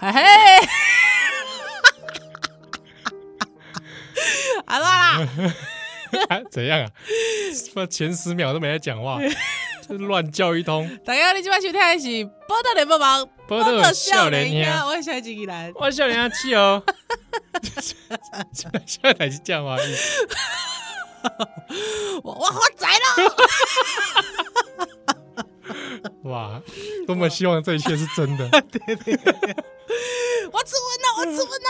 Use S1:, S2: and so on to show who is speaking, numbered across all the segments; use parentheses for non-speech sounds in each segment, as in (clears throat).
S1: 嘿哎嘿，阿乱啦，
S2: 啊 (laughs) 怎样啊？不，前十秒都没在讲话，就是乱叫一通。
S1: 大家你今晚收听的是《波特联播网》，
S2: 波特少年兄
S1: 呀，我是小金依兰，
S2: 我笑人家气哦。 (laughs) 现在才是这样吗？
S1: 我我发财了，
S2: 哇，多么希望这一切是真的。
S1: (laughs) 我出门了，我出门了，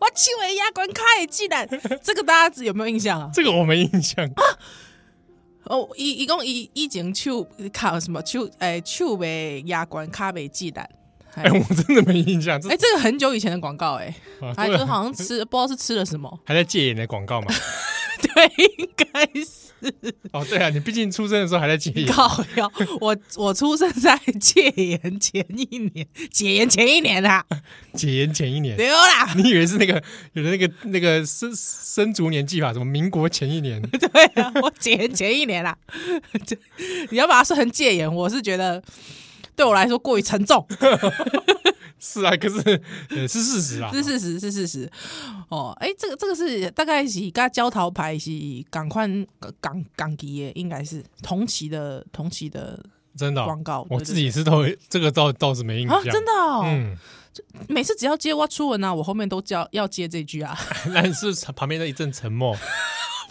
S1: 我手的牙关卡的技能，这个大家有没有印象啊？
S2: 这个我没印象。
S1: 哦，伊伊讲伊以前手卡什么手诶、手的牙关卡袂技能，哎
S2: 哎，我真的没印象。这
S1: 哎、这个很久以前的广告哎、
S2: 啊
S1: 还
S2: 对
S1: 就
S2: 啊
S1: 好像吃不知道是吃了什么，
S2: 还在戒烟的广告嘛？
S1: 对，应该是
S2: 哦，对啊，你毕竟出生的时候还在戒烟。
S1: 靠药。我我出生在戒严前一年，戒严前一年啦，
S2: 哎戒烟前一年，
S1: 对啦，
S2: 你以为是那个有的那个那个生生卒年纪法，什么民国前一
S1: (laughs)
S2: 年？
S1: 对啊，我戒严前一 (laughs) 年啦。这你要把它算成戒严，我是觉得对我来说过于沉重，
S2: 是啊，可是呃是事实啊。
S1: 是事实，是事实。哦，哎、这个这个是大概是跟焦桃牌是港款港港籍的，应该是同期的同期的
S2: 真的哦、
S1: 广告对
S2: 我
S1: 对
S2: 自己是都这个倒倒是没印象。
S1: 啊，真的、哦，
S2: 嗯， (laughs)
S1: 每次只要接挖初文啊，我后面都叫要接这句啊，
S2: 那是旁边的一阵
S1: (laughs)
S2: 沉默。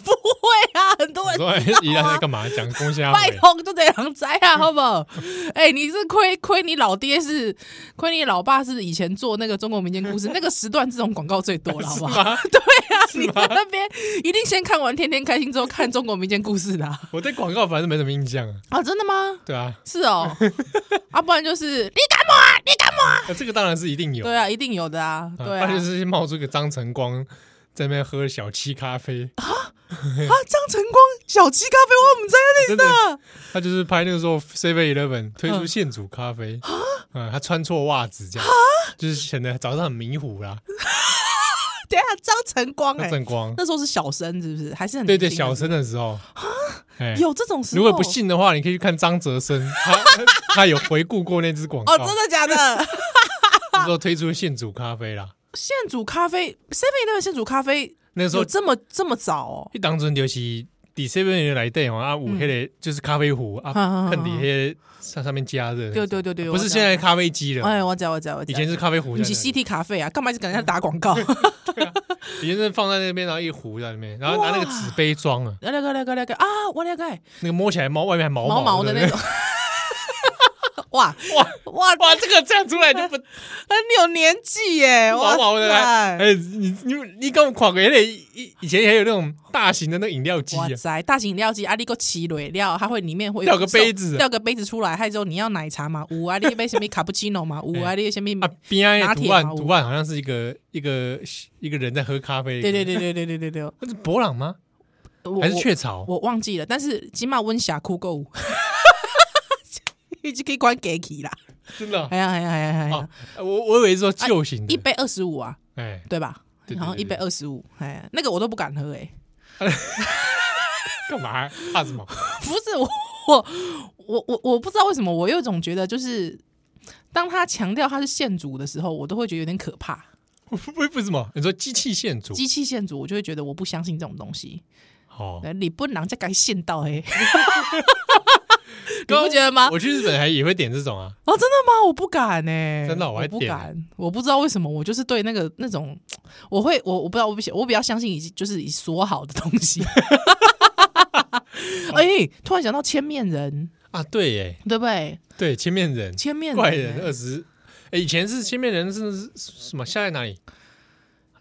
S1: 不会啊，很多
S2: 我
S1: 人
S2: 说哎
S1: 知道啊
S2: 宜兰在干嘛？讲公虾
S1: 拜
S2: 尾，
S1: 托就得人摘啊， (laughs) 好不好？哎、你是亏亏你老爹是亏你老爸是以前做那个中国民间故
S2: (laughs)
S1: 事那个时段，这种广告最多了，好不好？ (laughs) 对啊，你在那边一定先看完《天天开心》之后看中国民间故事的啊
S2: 我对广告反正没什么印象啊。
S1: 啊真的吗？
S2: 对啊，
S1: 是
S2: (laughs)
S1: 哦，啊，不然就是你敢摸啊，你敢摸啊？
S2: 那这个当然是一定有。
S1: 对啊，一定有的啊，对啊，
S2: 不然就是冒出个张晨光在那边喝小七咖啡，
S1: 啊，张晨光小七咖啡，我们在那
S2: (laughs) 真
S1: 里
S2: 的
S1: 呢。
S2: 他就是拍那个时候 Seven Eleven 推出现煮咖啡，
S1: 啊
S2: 嗯，他穿错袜子这样，就是显得早上很迷糊啦。
S1: 等一下，啊张晨光、
S2: 张
S1: 哎，
S2: 晨光，
S1: 那时候是小生，是不是？还是很
S2: 对
S1: 年
S2: 对，
S1: 轻啊
S2: 小生的时候，哎
S1: 有这种时候？
S2: 如果不信的话，你可以去看张哲生，他 (laughs) 他有回顾过那支广告，
S1: 哦，真的啊假的？
S2: 那时候推出现煮咖啡啦。
S1: 现煮咖啡，Seven 那个现煮咖啡
S2: 那时候
S1: 有这么这么早哦？
S2: 一当阵就是底 Seven 来对哦，
S1: 嗯
S2: 啊，五黑的就是咖啡壶啊，
S1: 嗯嗯嗯
S2: 看底黑上上面加热，
S1: 对对对对，
S2: 不是
S1: 我知道
S2: 现在咖啡机了，
S1: 哎，我知道我知道我知
S2: 以
S1: 道，
S2: 前是咖啡壶
S1: 你
S2: 在那里，
S1: 是 CT 咖啡啊？干嘛一直给人家打广告？
S2: 以前是放在那边，然后一壶在那边，然后拿那个纸杯装啊，
S1: 了解了解了解 (laughs) 啊，我了解，
S2: 那个摸起来毛外面还毛
S1: 毛毛
S2: 的
S1: 的那种。 (laughs) 哇
S2: (laughs) 哇
S1: 哇
S2: (laughs) 哇，这个这样出来就不
S1: 很有年纪耶！
S2: 毛毛的
S1: (laughs)
S2: 啦。
S1: 哇塞
S2: 哎，你你你跟我垮个那以以前还有那种大型的那个饮料机啊
S1: 哇，塞，大型饮料机啊，你个奇蕊料，它会里面会
S2: 掉个杯子啊
S1: 掉个杯子出来，还有你要奶茶嘛？有啊，你杯什么卡布奇诺嘛？有啊，你什么？
S2: 啊，边
S1: 拿
S2: 上的
S1: 铁
S2: 图案
S1: 毛
S2: 图案好像是一个一个一个人在喝咖啡，
S1: 对对，对对对对对对，
S2: 那是博朗吗？
S1: 我
S2: 还是雀巢？
S1: 我忘记了，但是起码温峡哭够， (laughs) 已经可以关给起啦。
S2: 真的啊
S1: 哎呀哎呀哎呀哎
S2: 哦
S1: 呀，，
S2: 我我以为是说旧型
S1: 一
S2: 的，
S1: 杯二十五啊，
S2: 哎，
S1: 对吧？
S2: 对对对
S1: 然后一杯二十五，哎呀，那个我都不敢喝哎、 (laughs)
S2: 干嘛怕什么？ (laughs)
S1: 不是我我我我我不知道为什么，我有一种觉得就是。当他强调他是现煮的时候，我都会觉得有点可怕。
S2: 为为什么？你说机器现煮？
S1: 机器现煮，我就会觉得我不相信这种东西。
S2: 好，
S1: 对你不能再改现到哎、
S2: (laughs)
S1: 你不觉得吗？
S2: 我去日本还也会点这种啊，
S1: 哦，真的吗？我不敢呢、欸，
S2: 真的我还
S1: 不
S2: 点欸
S1: 敢，我不知道为什么，我就是对那个那种，我会我我不知道，我比较我比较相信已经就是已锁好的东
S2: (laughs)
S1: 西。
S2: 哦
S1: 哎、突然想到千面人，
S2: 啊，对耶，
S1: 对不对？
S2: 对，千面人、
S1: 千面
S2: 怪
S1: 欸
S2: 人二十，哎，以前是千面人是是什么？下在哪里？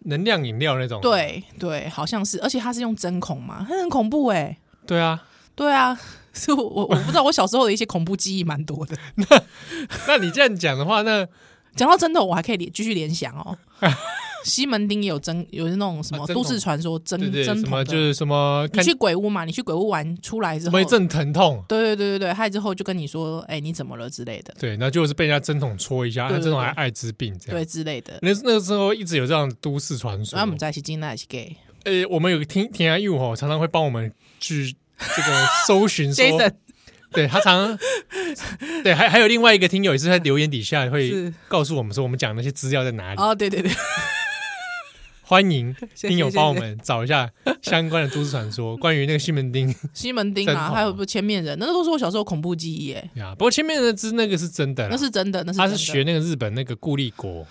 S2: 能量饮料那种？
S1: 对对，好像是，而且他是用针孔嘛，他很恐怖哎、
S2: 对啊，
S1: 对啊， (laughs) 是我我我不知道，我小时候的一些恐怖记忆蛮多的。
S2: 那你这样讲的话，那
S1: 讲到针头，我还可以联继续联想
S2: (laughs)
S1: 哦。西门町也有针，有那种什
S2: 啊
S1: 么
S2: 针
S1: 都市
S2: 筒
S1: 传说针
S2: 对对，
S1: 针
S2: 什
S1: 筒
S2: 么
S1: 的，
S2: 就是什么
S1: 你
S2: 看
S1: 去鬼屋嘛，你去鬼屋玩出来之
S2: 什
S1: 后
S2: 么一，阵疼痛，
S1: 对对对对对，害之后就跟你说，哎、你怎么了之类的，
S2: 对，那就是被人家针筒戳一下，
S1: 对对
S2: 他针筒还
S1: 对
S2: 艾滋病这样。
S1: 对嗯之类的。
S2: 啊那那时候一直有这样的都市传说
S1: 然后我。们在一起进来一起 gay
S2: 呃，我们有个听田安佑吼，常常会帮我们去这个搜寻说，
S1: Jason， (laughs)
S2: 对他常常对，还还有另外一个听友也是在留言底下会
S1: 是
S2: 告诉我们说我们讲那些资料在哪里，
S1: 哦，对对对，
S2: 欢迎
S1: 谢谢
S2: 听友帮我
S1: 谢谢
S2: 们找一下相关的都市传说，关于那个西门町
S1: 西门町
S2: 真
S1: 啊，
S2: 好
S1: 还有不千面人，那都是我小时候恐怖记忆耶，
S2: 呀。不过前面的之那个是真的啦，
S1: 那是真的，那是
S2: 啊他
S1: 真
S2: 是
S1: 的
S2: 学那个日本那个固力国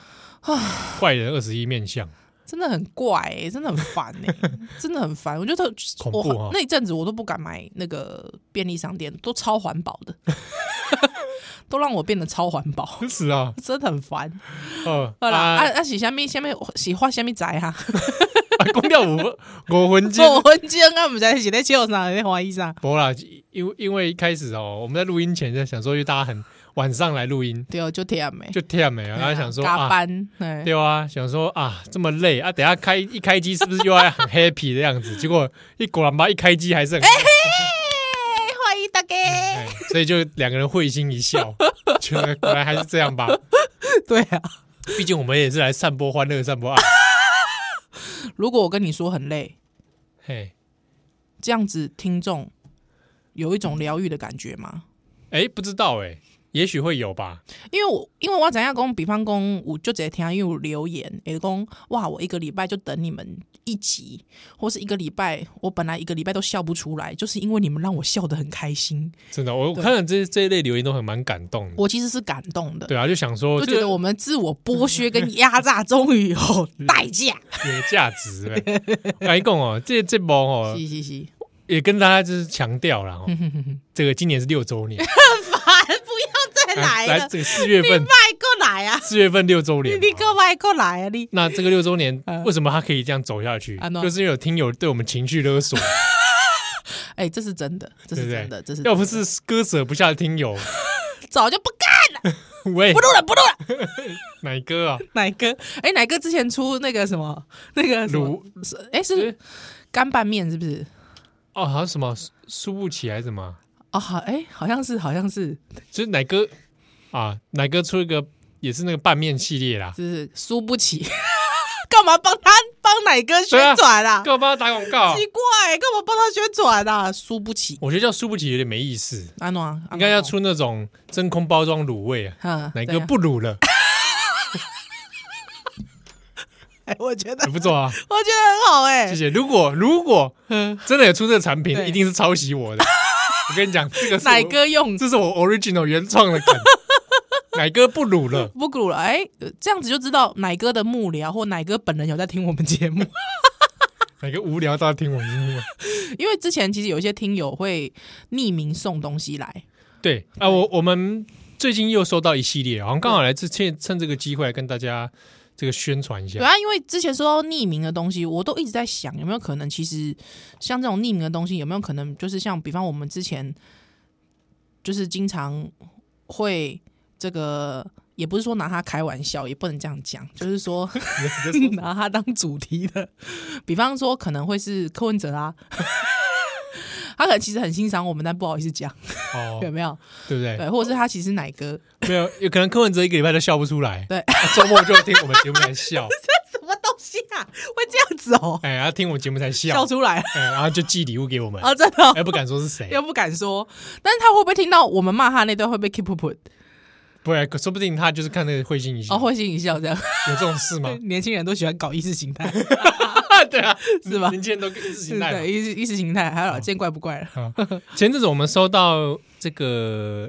S2: 怪人二十一面相，
S1: 真的很怪、欸，真的很烦哎、真的很烦。我觉得
S2: 恐怖
S1: 我
S2: 哦
S1: 那一阵子我都不敢买那个便利商店，都超环保的， (laughs) 都让我变得超环保， (laughs)
S2: 是啊，
S1: 真的很烦。
S2: 哦，
S1: 好啦，啊
S2: 啊，
S1: 啊，是下面下面喜欢下面宅哈， (laughs)
S2: 公掉五 (laughs) 我魂金。 (laughs)
S1: 我婚间啊，我们在一起在笑啥，在怀疑啥？
S2: 不啦，因为因为一开始哦，我们在录音前在想说，因为大家很晚上来录音
S1: 对哦，就甜美，
S2: 就跳没有，然后想说
S1: 加
S2: 啊，
S1: 班，哎、
S2: 对啊，想说啊这么累啊，等一下开一开机是不是又要很 happy 的
S1: (laughs)
S2: 样子？结果一果然吧，一开机还
S1: 哎
S2: 是很，
S1: 嘿欢迎大家。
S2: 哎所以就两个人会心
S1: (laughs)
S2: 一笑，觉得果然还是这样吧。嗯
S1: 对啊，
S2: 毕竟我们也是来散播欢乐、散播爱，
S1: 如果我跟你说很累，
S2: 嘿。
S1: 这样子听众有一种疗愈的感觉吗？
S2: 哎，不知道哎，也许会有吧。
S1: 因为我因为我怎样讲，比方讲，我就直接听，因为我留言，也讲哇，我一个礼拜就等你们一集，或是一个礼拜，我本来一个礼拜都笑不出来，就是因为你们让我笑得很开心，
S2: 真的，我我
S1: 对
S2: 看了这这一类留言都很蛮感动的。
S1: 我其实是感动的，
S2: 对啊，就想说
S1: 就觉
S2: 这
S1: 得我们自我剥削跟压榨终于有
S2: 嗯
S1: 代价，
S2: 有价值。哎我跟你讲哦，这这波
S1: (laughs)
S2: 哦，
S1: 嘻嘻嘻，
S2: 也跟大家就是强调
S1: (laughs)
S2: 了哦，这个今年是六周年，
S1: 烦，不要再
S2: 哎哦
S1: 来了，
S2: 这个四月份，
S1: 迈过来啊，
S2: 四月份六周年嘛。
S1: 你个迈过来啊，你
S2: 那这个六周年
S1: 嗯
S2: 为什么它可以这样走下去
S1: 啊？喏
S2: 就是因为有听友对我们情绪勒索，
S1: 哎，这是真的，这
S2: 对
S1: 是
S2: 不
S1: 真的，这
S2: 对
S1: (laughs) 是？
S2: 要不
S1: 真
S2: 是割舍不下的听
S1: (laughs)
S2: 友，
S1: 的早就不干了，
S2: 喂
S1: 不，录了，不录了。
S2: 奶哥啊，
S1: 奶哥，哎，奶哥之前出那个什么，那个什么
S2: 卤，
S1: 是哎是干拌面是不是？
S2: 哦，好像什么输不起还是什么啊？
S1: 哦，好，哎，好像是，好像是，
S2: 就是奶哥啊，奶哥出一个也是那个拌面系列啦，
S1: 就是输不起， (laughs) 干嘛帮他帮奶哥宣传啊？
S2: 干嘛帮他打广告？
S1: 奇怪，干嘛帮他宣传啊？输不起，
S2: 我觉得叫输不起有点没意思，
S1: 安诺啊
S2: 应该要，出那种真空包装卤味啊，
S1: 嗯，
S2: 奶
S1: 对
S2: 哥
S1: 啊？
S2: 不卤了，
S1: 哎我觉得，
S2: 很不错啊，
S1: 我觉得很好，
S2: 谢
S1: 哎，
S2: 谢。如果如果
S1: 嗯
S2: 真的有出这个产品，
S1: 对
S2: 一定是抄袭我的。我跟你讲，这个是我
S1: 奶，哥用
S2: 这是我 original 原创的梗。奶哥不卤了，
S1: 不鼓了，哎，呃这样子就知道奶哥的幕僚或奶哥本人有在听我们节目。 (laughs)
S2: 奶哥无聊到听我音乐。
S1: 因为之前其实有一些听友会匿名送东西来，
S2: 对啊，我我们最近又收到一系列，好像刚好来这趁趁这个机会来跟大家这个宣传一下
S1: 对。啊，因为之前说到匿名的东西，我都一直在想有没有可能，其实像这种匿名的东西，有没有可能就是像比方我们之前就是经常会这个，也不是说拿它开玩笑，也不能这样讲，就是说拿它当主题的，比方说可能会是柯文哲啊。 (laughs) 他可能其实很欣赏我们，但不好意思讲，
S2: (laughs) 哦，
S1: 有没有？
S2: 对不对？
S1: 对，或者是他其实奶哥，
S2: 没有，有可能柯文哲一个礼拜都笑不出来，
S1: 对
S2: 啊周末就听我们节目才笑，
S1: 什么东西啊？会这样子哦，
S2: 哎，然后听我们节目才笑
S1: 笑，出来
S2: 哎，然后就寄礼物给我们，
S1: 啊！真的哦、
S2: 哎，不敢说是谁，
S1: 又不敢说，但是他会不会听到我们骂他那段会被 keep put
S2: 不然说不定他就是看那个会心一笑
S1: 哦，，会心一笑这样？？
S2: 有这种事吗
S1: (laughs) 年轻人都喜欢搞意识形态，
S2: (laughs) 对啊，
S1: 是吧
S2: 年轻人都意识
S1: 是
S2: 形态嘛哦
S1: 的，。意识意识形态，还有见怪不怪了。
S2: 啊前阵子我们收到这个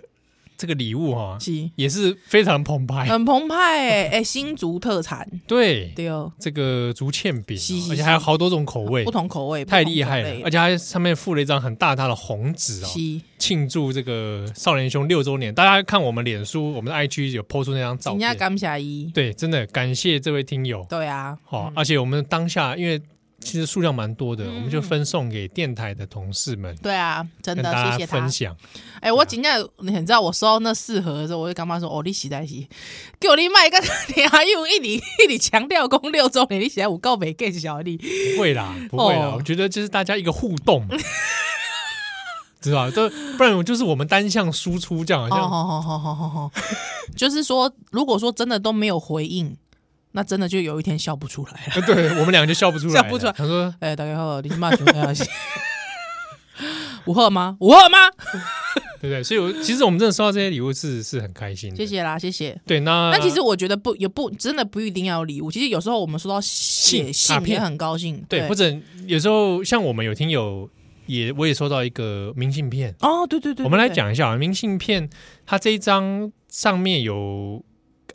S2: 这个礼物哈，
S1: 是，
S2: 也是非常澎湃，
S1: 很澎湃哎、哎，新竹特产
S2: 对，
S1: 对哦，
S2: 这个竹签饼啊
S1: 是是，
S2: 而且还有好多种口味
S1: 不，同口味
S2: 哎太厉害了，
S1: 且
S2: 而且它上面附了一张很大大的红纸哦，
S1: 西
S2: 庆祝这个少年兄六周年。大家看我们脸书，我们的 IG 有 PO 出那张照
S1: 人家
S2: 片。
S1: 甘霞一，
S2: 对，真的感谢这位听友，
S1: 对啊，
S2: 好、而且我们当下因为其实数量蛮多的，
S1: 嗯
S2: 我们就分送给电台的同事们，
S1: 对啊，真
S2: 跟
S1: 的
S2: 大
S1: 谢谢
S2: 家
S1: 他
S2: 分。享。
S1: 哎、我今天你很知道，我收到那四盒的时候，我就跟妈说：“哦，你实在是给我你卖个，你还有一里一里强调公六周年，你实在有够没 get 小你。
S2: 不会
S1: (laughs)
S2: 啦，不会啦，
S1: 哦
S2: 我觉得就是大家一个互
S1: (laughs)
S2: 动嘛，知道？这不然我就是我们单向输出这样，好
S1: 哦，
S2: 像、
S1: 好好好好好好，就是说，如果说真的都没有回应，那真的就有一天笑不出来了。
S2: 呃对我们两个就笑不出来了，
S1: 笑不出来
S2: 他说
S1: 哎、大家好，你是骂什么东西？五号吗？五号吗？
S2: 对不对？所以我其实我们真的收到这些礼物是是很开心的。
S1: 谢。谢啦，谢谢。
S2: 对，那
S1: 但其实我觉得不也不真的不一定要有礼物，其实有时候我们收到写
S2: 信
S1: 信
S2: 卡片
S1: 也很高兴，
S2: 对，或者有时候像我们有听友也我也收到一个明信片，
S1: 哦，对对对，
S2: 我们来
S1: 对，
S2: 讲一下啊，明信片它这一张上面有，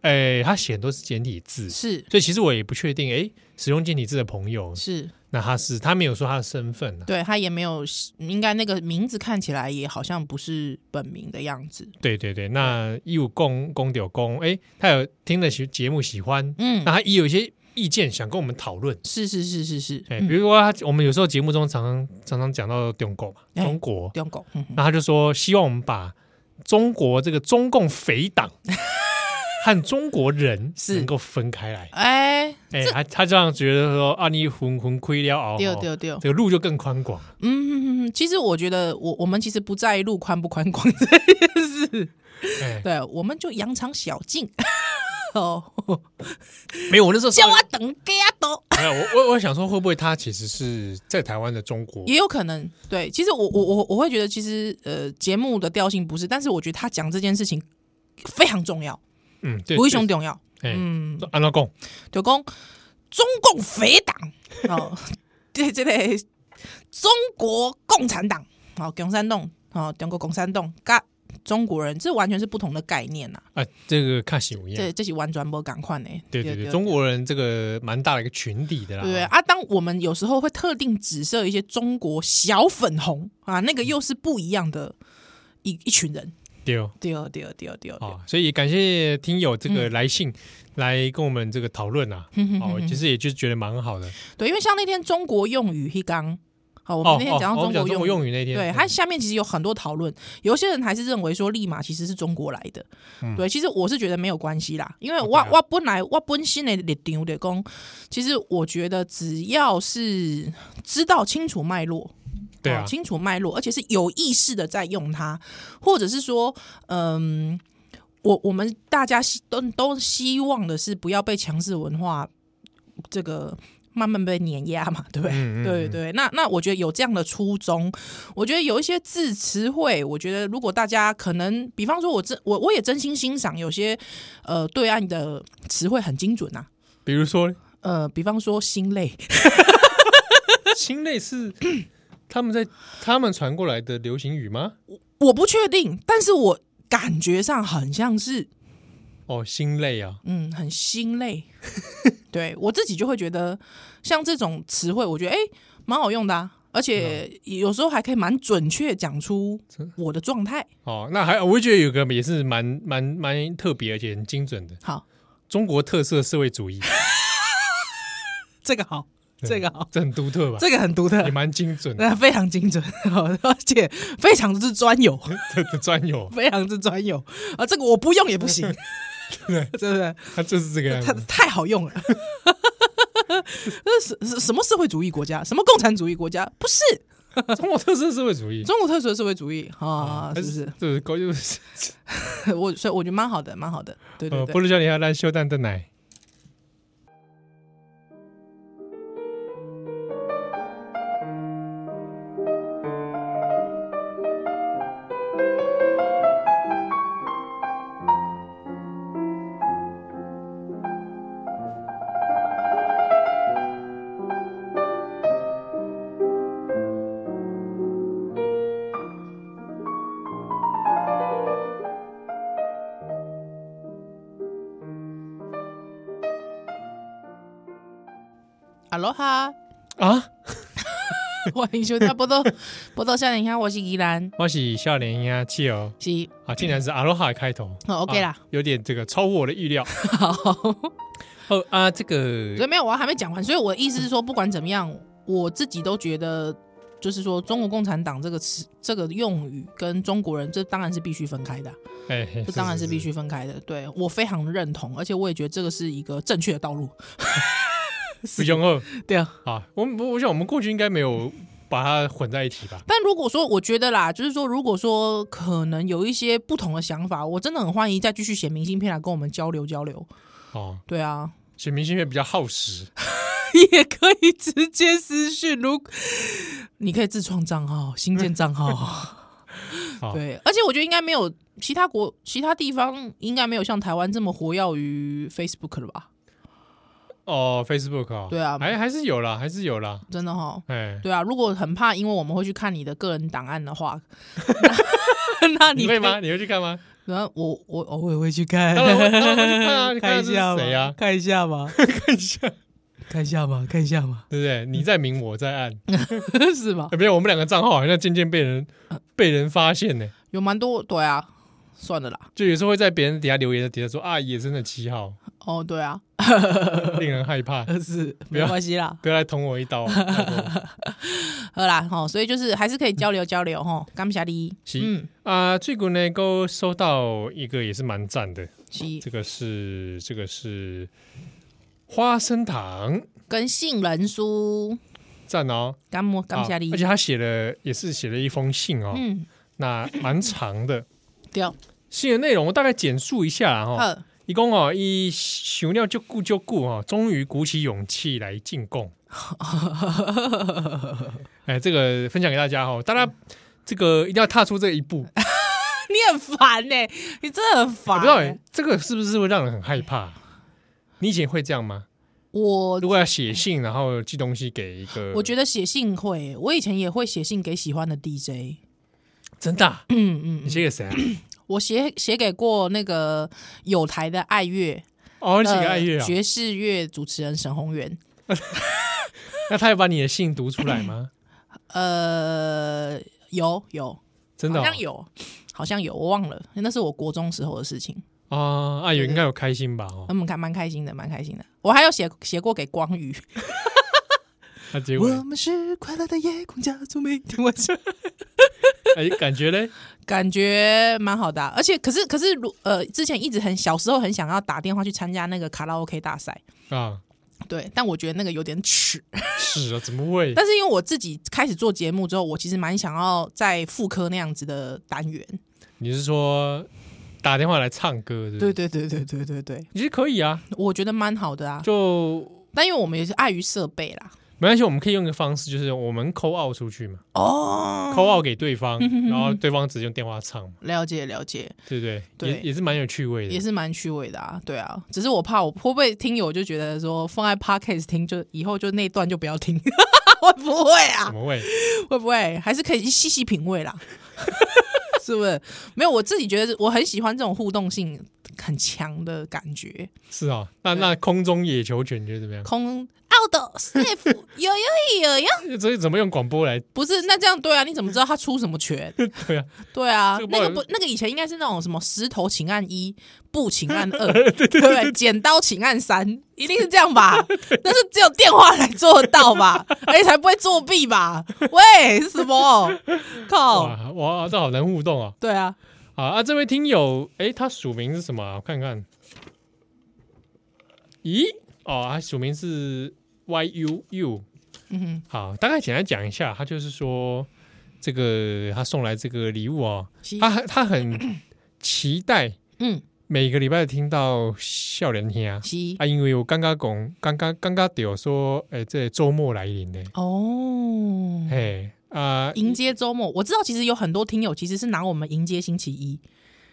S2: 诶、它写的都是简体字
S1: 对，是
S2: 所以其实我也不确定，诶、使用简体字的朋友，
S1: 是，
S2: 那他是他没有说他的身份啊，
S1: 对他也没有，应该那个名字看起来也好像不是本名的样子，
S2: 对对对，那义务公公丢公，诶、他有听了节节目喜欢，
S1: 嗯
S2: 那，他也有一些意见想跟我们讨论。
S1: 是是是是是，
S2: 哎、
S1: 嗯
S2: 比如说他，我们有时候节目中常常常常讲到中国嘛，
S1: 哎
S2: 中国，
S1: 中狗，嗯
S2: 那他就说希望我们把中国这个中共匪 (laughs) 党和中国人
S1: 是
S2: 能够分开来。
S1: 哎，
S2: 哎、他他这样觉得说啊，你混混亏了哦，
S1: 丢丢丢，
S2: 这个路就更宽广。
S1: 嗯，嗯嗯其实我觉得我我们其实不在意路宽不
S2: (laughs)
S1: 宽广这件事，
S2: 哎、
S1: 对，我们就扬长小径。哦，
S2: (laughs) 没有，我那时候
S1: 叫我等给阿斗，
S2: 没有，我我我想说会不会他其实是在台湾的中国？
S1: 也有可能。对，其实我我我我会觉得，其实呃，节目的调性不是，但是我觉得他讲这件事情非常重要，
S2: 嗯，对，
S1: 不是重重要。
S2: 对，哎、
S1: 嗯，
S2: 安老公，
S1: 就讲中共匪
S2: (laughs)
S1: 党哦，对这个中国共产党哦，共产党哦，中国共产党跟中国人，这完全是不同的概念呐、
S2: 啊，这个看喜不一样
S1: 这。这是完全不赶快呢。
S2: 对对对，中国人啊这个蛮大的一个群体的啦。
S1: 对啊，当我们有时候会特定指涉一些中国小粉红啊，那个
S2: 嗯
S1: 又是不一样的一一群人。
S2: 对哦，
S1: 对哦，对哦，对哦，对哦，对哦
S2: 啊，所以感谢听友这
S1: 嗯
S2: 个来信来跟我们这个讨论啊，哦，其实也就觉得蛮好的。
S1: 对，因为像那天中国用语一刚，好，我
S2: 哦
S1: 们，那天讲
S2: 哦
S1: 到
S2: 我
S1: 中
S2: 们讲
S1: 国
S2: 国
S1: 用语，
S2: 用语那天，嗯
S1: 对，它下面其实有很多讨论，有些人还是认为说利马其实是中国来的，对，其实我是觉得没有关系啦，因为我、
S2: 嗯哦对啊
S1: 我本来我本身的立场的讲，其实我觉得只要是知道清楚脉络，
S2: 对
S1: 哦
S2: 啊，
S1: 清楚脉络，而且是有意识的在用它，或者是说，嗯，我我们大家希都都希望的是不要被强势文化这个慢慢被碾压嘛，对不对？
S2: 嗯嗯嗯
S1: 对对，那那我觉得有这样的初衷，我觉得有一些字词汇，我觉得如果大家可能，比方说我真我我也真心欣赏有些呃对岸的词汇很精准呐、
S2: 比如说
S1: 呃，比方说心累，
S2: 心累是 (clears throat) 他们在他们传过来的流行语吗？
S1: 我不确定，但是我感觉上很像是
S2: 哦，心累啊，
S1: 嗯，很心累。 (laughs) 对我自己就会觉得，像这种词汇，我觉得哎，诶蛮、好用的、啊，而且有时候还可以蛮准确讲出我的状态。
S2: 哦，那还我会觉得有个也是蛮蛮蛮特别而且很精准的
S1: 好，
S2: 中国特色社会主义， (laughs)
S1: 这个好，这个好，
S2: 这很独特吧？
S1: 这个很独特
S2: 也，蛮
S1: (laughs)
S2: 精准的，
S1: 那非常精准，而且非常之专 (laughs) 有，
S2: 这这专有，
S1: 非常之专有啊！这个我不用也不行， (laughs) 对对对，
S2: 它就是这个
S1: (laughs)
S2: 样
S1: 它
S2: 子。
S1: 太好用了。这是什什么社会主义国家？什么共产主义国家？不是
S2: 中国特色社会主义
S1: 中国特色社会主义啊，是
S2: 它
S1: 不是？
S2: 就是高就是
S1: (laughs) 我所以我觉得蛮好的，蛮好的，对对
S2: 呃，
S1: 对。 (laughs)
S2: 菠萝教你要来修蛋的奶。
S1: 哈喽哈，
S2: 啊，
S1: (laughs) 欢迎收听波多波多少年兄，我是依兰，
S2: 我是笑脸鸭气哦，
S1: 是
S2: 啊，竟然是阿罗哈开头、
S1: 哦 OK 啦
S2: 啊，有点这个超乎我的预料。
S1: 好， (laughs) 所
S2: (laughs) 哦啊，这个
S1: 以没有，我还没讲完，所以我的意思是说，不管怎么样，我自己都觉得，就是说中国共产党这个词、这个用语跟中国人，这当然是必须分开的啊，
S2: 哎，嘿
S1: 这当然是必。须分开的，对我非常认同，而且我也觉得这个是一个正确的道路，
S2: 不用二
S1: 对啊。
S2: 啊，我我我想我们过去应该没有把它混在一起吧？
S1: 但如果说我觉得啦，就是说，如果说可能有一些不同的想法，我真的很欢迎再继续写明信片来跟我们交流交流。
S2: 哦，
S1: 对啊， (laughs)
S2: 写明信片比较耗时，
S1: 也可以直
S2: (laughs)
S1: 接私讯，如你可以自创账号、新建账号，
S2: 好
S1: 对，而且我觉得应该没有其他国其他地方应该没有像台湾这么活跃于 Facebook 了吧？
S2: 哦，Facebook 啊，
S1: 对啊
S2: 还还是有啦，还是有啦，
S1: 真的哈。
S2: 哎，
S1: 对啊，如果很怕，因为我们会去看你的个人档案的话， (laughs) 那那你
S2: 你会吗？你会去看吗？
S1: 然后我我偶尔会去看，
S2: 当然会当然会去
S1: (laughs)
S2: 看啊你
S1: 看
S2: 看看
S1: 一
S2: 是
S1: 下
S2: 谁
S1: 嘛
S2: 啊， (laughs)
S1: 看一下嘛，
S2: 看一下，
S1: 看一下嘛，看一下
S2: (laughs)
S1: 嘛，
S2: 对不对？你在明，我在暗，
S1: 是吗？
S2: 哎没有，我们两个账号好像渐渐被人
S1: 呃
S2: 被人发现呢，
S1: 有蛮多，对啊，算了啦。
S2: 就有时候会在别人底下留言，底下说啊，野生的
S1: (laughs)
S2: 七号，
S1: 哦，对
S2: (laughs)
S1: 啊，
S2: 令人害怕，
S1: 是
S2: 不
S1: 没
S2: 要
S1: 关系啦，
S2: 不要来捅我一
S1: (laughs)
S2: 刀啊，拜托
S1: 好啦，吼，所以就是还是可以交流交流吼，感谢你，
S2: 是
S1: 嗯，
S2: 啊！最近呢，够收到一个也是蛮赞的，
S1: 是
S2: 这个是这个是花生糖，
S1: 跟杏仁酥，
S2: 赞哦，
S1: 感么感谢
S2: 啊
S1: 你
S2: 而，且他写了也是写了一封信哦，
S1: 嗯，
S2: 那蛮长的。
S1: 对，
S2: 哦信的内容我大概简述一下啦哈。
S1: 好，
S2: 一共哦，一想料就顾就顾哈，终于鼓起勇气来进贡。哎，这个分享给大家哈，大家这个一定要踏出这一步。
S1: 你很烦呢，欸你真的很
S2: 我
S1: 烦欸，
S2: 不知道哎这个是不是会让人很害怕？你以前会这样吗？
S1: 我
S2: 如果要写信，然后寄东西给一个，
S1: 我觉
S2: 得
S1: 得写信会，我以前也会写信给喜欢的 DJ，
S2: 真的啊、
S1: 嗯嗯
S2: 你，写给谁啊？
S1: 我写写给过那个有台的爱乐，
S2: 哦，你写给爱乐
S1: 呃
S2: 啊？
S1: 爵士乐主持人沈宏源，
S2: 那他有把你的信读出来吗？
S1: 呃，有有，
S2: 真的、哦、
S1: 好像有，好像有，我忘了，那是我国中时候的事情，
S2: 啊，阿
S1: 对
S2: 友
S1: 对
S2: 应该有开心吧？哦，
S1: 嗯，蛮开蛮开心的，蛮开心的。我还有写写过给光宇，
S2: 那结果
S1: 们是快乐的夜空家族，每天晚上， (laughs)
S2: 哎，感觉嘞，
S1: 感觉蛮好的啊、而且可是可是如呃，之前一直很小时候很想要打电话去参加那个卡拉 OK 大赛，
S2: 啊，
S1: 对，但我觉得那个有点耻。
S2: 是啊，怎么会？
S1: 但是因为我自己开始做节目之后，我其实蛮想要在妇科那样子的单元。
S2: 你是说打电话来唱歌？
S1: 对
S2: 对，
S1: 对对对对对对，
S2: 其实可以啊，
S1: 我觉得蛮好的啊。
S2: 就
S1: 但因为我们也是碍于设备啦。
S2: 没关系，我们可以用一个方式，就是我们扣奥出去嘛，
S1: 哦，
S2: 扣奥给对方，
S1: 嗯
S2: 然后对方直接用电话唱嘛，
S1: 了解了解，
S2: 对不对？
S1: 对
S2: 也也是蛮有趣味
S1: 也
S2: 的。
S1: 是蛮趣味的啊。对啊，只是我怕我会不会听友就觉得说放在 podcast 听，就以后就那一段就不要听， (laughs) 会不会啊
S2: 怎？么会？
S1: 会不会还是可以去细细品味啦？ (laughs) 是不是？没有，我自己觉得我很喜欢这种互动性很强的感觉。
S2: 是啊，那
S1: 对
S2: 那空中野球拳你觉得怎么样？ (laughs)
S1: 空奥的 safe 有有有有，
S2: 这怎么用广播来？
S1: 不是那这样对啊？你怎么知道他出什么拳？
S2: (laughs) 对啊，
S1: 对啊
S2: 这个，不
S1: 那
S2: 好
S1: 个不，那个以前应该是那种什么石头请按一，布请按
S2: (laughs)
S1: 二，对不对？剪刀请按三，一定是这样
S2: (laughs)
S1: 吧？但是只有电话来做得到吧？ (laughs) 而且才不会作弊吧？喂，是什么？靠！
S2: 哇哇，这好难互动啊！
S1: 对啊，
S2: 好啊，这位听友，哎，他署名是什么啊、我看看。咦，哦，他署名是 YUU。
S1: 嗯
S2: 好，大概简单讲一下，他就是说，这个他送来这个礼物哦，
S1: 哼，
S2: 他他很期待
S1: 嗯，
S2: 每个礼拜听到笑脸听啊，
S1: 是
S2: 啊，因为我刚刚讲，刚刚刚刚有说，哎，这周末来临呢，
S1: 哦。
S2: 哎啊，
S1: 迎接周末，我知道其实有很多听友其实是拿我们迎接星期一。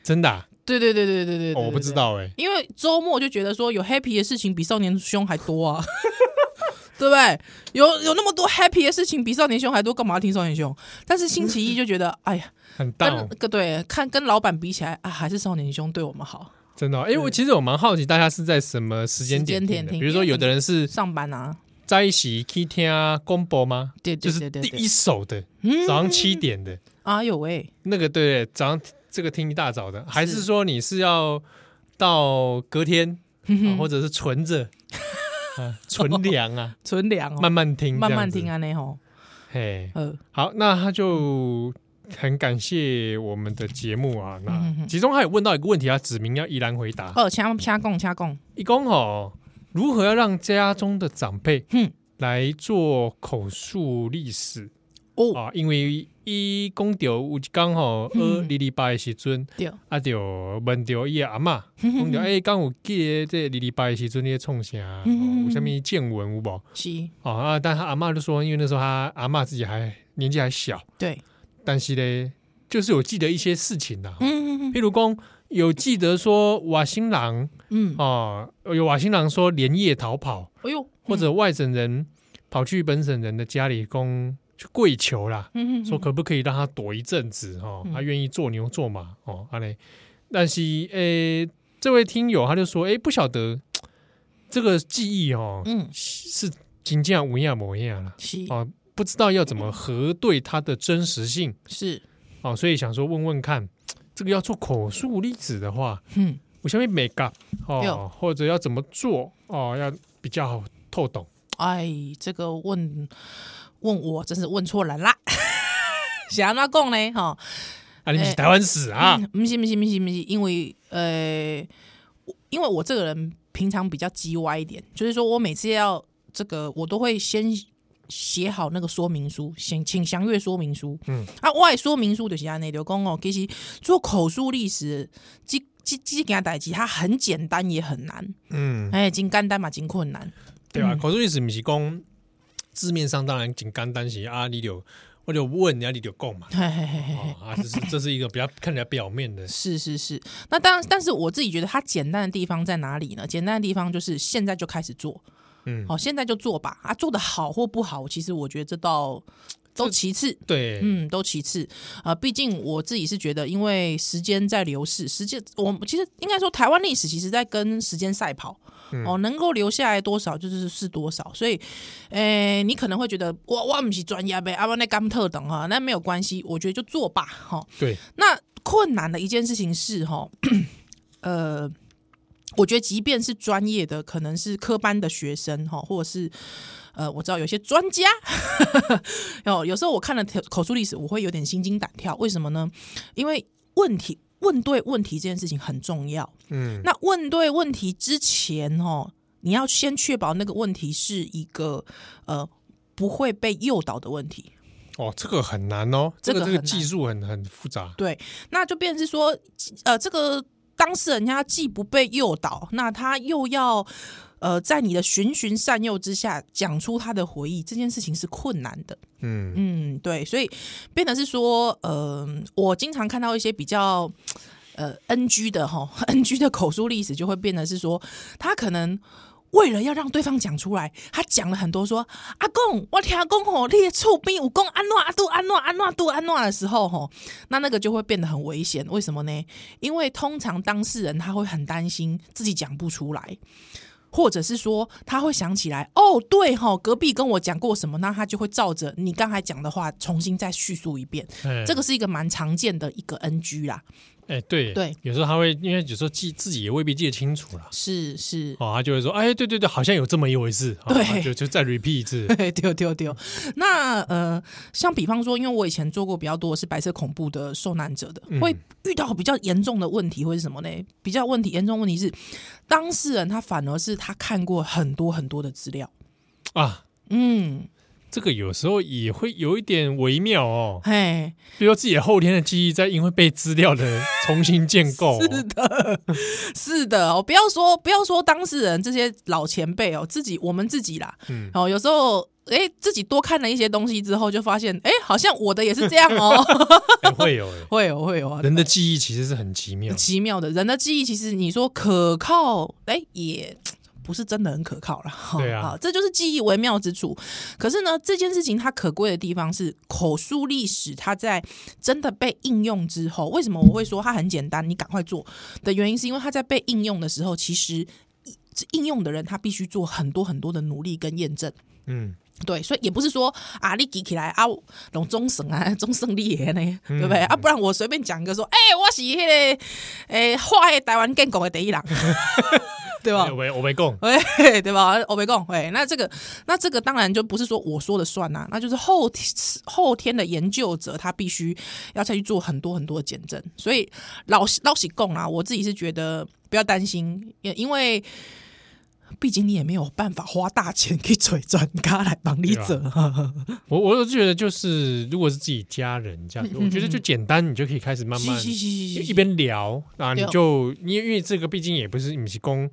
S2: 真的啊、
S1: 对对对对对对
S2: 哦我不知。道哎，
S1: 因为周末就觉得说有 happy 的事情比少年凶还多啊， (laughs) 对不对？有有那么多 happy 的事情比少年凶还多，干嘛要听少年凶？但是星期一就觉得，哎呀，
S2: 很大、哦
S1: 跟。跟对看跟老板比起来啊，还是少年凶对我们好。
S2: 真的、哦，因为我其实我蛮好奇大家是在什么时间点
S1: 时间
S2: 听
S1: 点
S2: 的，
S1: 听
S2: 比如说有的人是
S1: 上班啊，
S2: 在一起去听啊公播吗？
S1: 对
S2: 就
S1: 对
S2: 是
S1: 对对
S2: 第
S1: 对，
S2: 一首的，
S1: 嗯
S2: 早上七点的
S1: 哎呦喂，
S2: 那个，对，早上这个听一大早的，还是说你是要到隔天，
S1: 嗯
S2: 啊或者是存着啊存粮啊，
S1: (laughs) 存粮哦，
S2: 慢慢听，
S1: 慢慢听
S2: 啊。
S1: 啊，那吼，
S2: 嘿，
S1: 呃，
S2: 好，那他就很感谢我们的节目啊。
S1: 嗯哼
S2: 那
S1: 哼
S2: 其中还有问到一个问题，他指明要依然回答。
S1: 哦，掐掐供掐供，
S2: 一共哦，如何要让家中的长辈
S1: 哼
S2: 来做口述历史
S1: 哦，
S2: 啊？因为伊讲到有一刚吼
S1: 嗯
S2: 二二礼拜的时阵，
S1: 对，嗯
S2: 啊就问到伊阿嬷，讲到诶，刚有记得这二礼拜的时阵你在创啥？哦
S1: 嗯
S2: 有啥物见闻有无？
S1: (laughs) 是，
S2: 哦 (laughs) 啊，但他阿嬷就说，因为那时候他阿嬷自己还年纪还小，
S1: 对，
S2: 但是咧就是有记得一些事情的、啊，
S1: 嗯嗯
S2: 譬如讲有记得说瓦新郎
S1: 嗯，
S2: 啊、有瓦新郎说连夜逃跑，
S1: 哎呦，
S2: 或者外省人跑去本省人的家里供去跪求啦，
S1: 嗯嗯
S2: 说可不可以让他躲一阵子哦，他愿意做牛做马哦，阿嘞，但是诶、这位听友他就说，诶、不晓得这个记忆哦，
S1: 嗯，
S2: 是金价无亚模样了
S1: 是
S2: 哦，不知道要怎么核对它的真实性
S1: 是，
S2: 哦，所以想说问问看，这个要做口述例子的话，
S1: 嗯
S2: 我下面美感
S1: 对
S2: 哦
S1: 哦，
S2: 或者要怎么做哦，要比较好透懂。
S1: 哎，这个问问我真是问错人啦， (laughs) 是安怎讲呢？哈、
S2: 啊，你不是台湾史啊，
S1: 嗯，不是不是不是不是，因为呃，我因为我这个人平常比较叽歪一点，就是说我每次要这个，我都会先写好那个说明书，请请详阅说明书。
S2: 嗯，
S1: 啊，外说明书就是安内就讲哦，其实做口述历史，这这这件代志，它很简单也很难，
S2: 嗯，
S1: 哎、真简单嘛，真困难。
S2: 对
S1: 嗯
S2: 吧？口述历史不是讲字面上当然简单单些啊，你有我就问，啊，你就讲嘛。
S1: 嘿嘿嘿嘿嘿。
S2: 哦啊，这是这是一个比较看起来表面的，
S1: 是是是，那当但是我自己觉得它简单的地方在哪里呢？简单的地方就是现在就开始做，
S2: 嗯
S1: 好、现在就做吧。啊，做的好或不好，其实我觉得这倒都其次，
S2: 对，
S1: 嗯，都其次啊、毕竟我自己是觉得，因为时间在流逝，时间我们其实应该说台湾历史其实在跟时间赛跑。
S2: 嗯
S1: 哦，能够留下来多少就是是多少，所以，诶、你可能会觉得我我不是专业呗，啊，我那干特等哈，那没有关系，我觉得就做吧，哈、
S2: 对，
S1: 那困难的一件事情是哈， (clears throat) 呃，我觉得即便是专业的，可能是科班的学生哈，或者是呃，我知道有些专家， (laughs) 哦有有时候我看了口述历史，我会有点心惊胆跳，为什么呢？因为问题问对问题这件事情很重要。
S2: 嗯，
S1: 那问对问题之前哦，你要先确保那个问题是一个呃不会被诱导的问题。
S2: 哦，这个很难哦，这
S1: 这个
S2: 个这个
S1: 很难
S2: 技术很很复杂，
S1: 对，那就变成是说，呃，这个当事人他既不被诱导，那他又要呃，在你的循循善诱之下讲出他的回忆，这件事情是困难的。
S2: 嗯
S1: 嗯，对，所以变得是说，呃，我经常看到一些比较。呃，NG 的哈，NG 的口述历史就会变得是说，他可能为了要让对方讲出来，他讲了很多说阿公，我听公吼，你的厝边有公安诺阿杜安诺安诺杜安诺的时候吼，那那个就会变得很危险。为什么呢？因为通常当事人他会很担心自己讲不出来。或者是说他会想起来，哦，对哈、隔壁跟我讲过什么，那他就会照着你刚才讲的话重新再叙述一遍。
S2: 哎
S1: 这个是一个蛮常见的一个 NG 啦，
S2: 哎，对
S1: 对，
S2: 有时候他会因为有时候记自己也未必记得清楚啦。
S1: 是是。
S2: 哦，他就会说，哎，对对对，好像有这么一回事，哦
S1: 对
S2: 他就就再 repeat 一
S1: (laughs)
S2: 次，
S1: 对对对对，那呃，像比方说，因为我以前做过比较多的是白色恐怖的受难者的，
S2: 嗯
S1: 会遇到比较严重的问题会是什么呢？比较问题严重问题是，当事人他反而是他看过很多很多的资料，
S2: 啊，
S1: 嗯，
S2: 这个有时候也会有一点微妙哦，
S1: 嘿，
S2: 比如说自己的后天的记忆在因为被资料的重新建构、
S1: (laughs) 是的，是的哦，不要说不要说当事人这些老前辈哦，自己我们自己啦，
S2: 嗯
S1: 哦，有时候。哎，自己多看了一些东西之后，就发现，哎，好像我的也是这样哦。 (laughs)
S2: 哎会有、哎
S1: 会有，会有啊，
S2: 人的记忆其实是很奇妙
S1: 很，奇妙的人的记忆，其实你说可靠，哎，也不是真的很可靠了。 (laughs) 哈
S2: 对啊
S1: 这就是记忆微妙之处。可是呢，这件事情它可贵的地方是口述历史，它在真的被应用之后，为什么我会说它很简单，你赶快做的原因，是因为它在被应用的时候，其实应用的人他必须做很多很多的努力跟验证。
S2: 嗯，
S1: 对，所以也不是说啊，你记起来啊，拢终审啊，终胜利的呢，对不对？啊，不然我随便讲一个说，哎、我是迄、那个，诶、画的台湾建国的第一人，对吧
S2: 哎？我没我没供，
S1: 哎，对吧？我没讲，哎，那这个，那这个当然就不是说我说了算呐、啊那就是后天后天的研究者他必须要再去做很多很多的检证。所以老实老实供啊，我自己是觉得不要担心，也因为毕竟你也没有办法花大钱去找专家来帮你
S2: 啊
S1: 做。
S2: 我我就觉得就是如果是自己家人
S1: 嗯
S2: 这样子，我觉得就简单，你就可以开始慢慢
S1: 是是是是
S2: 一
S1: 是
S2: 边聊啊，你
S1: 对
S2: 就你因为这个毕竟也不是你是公。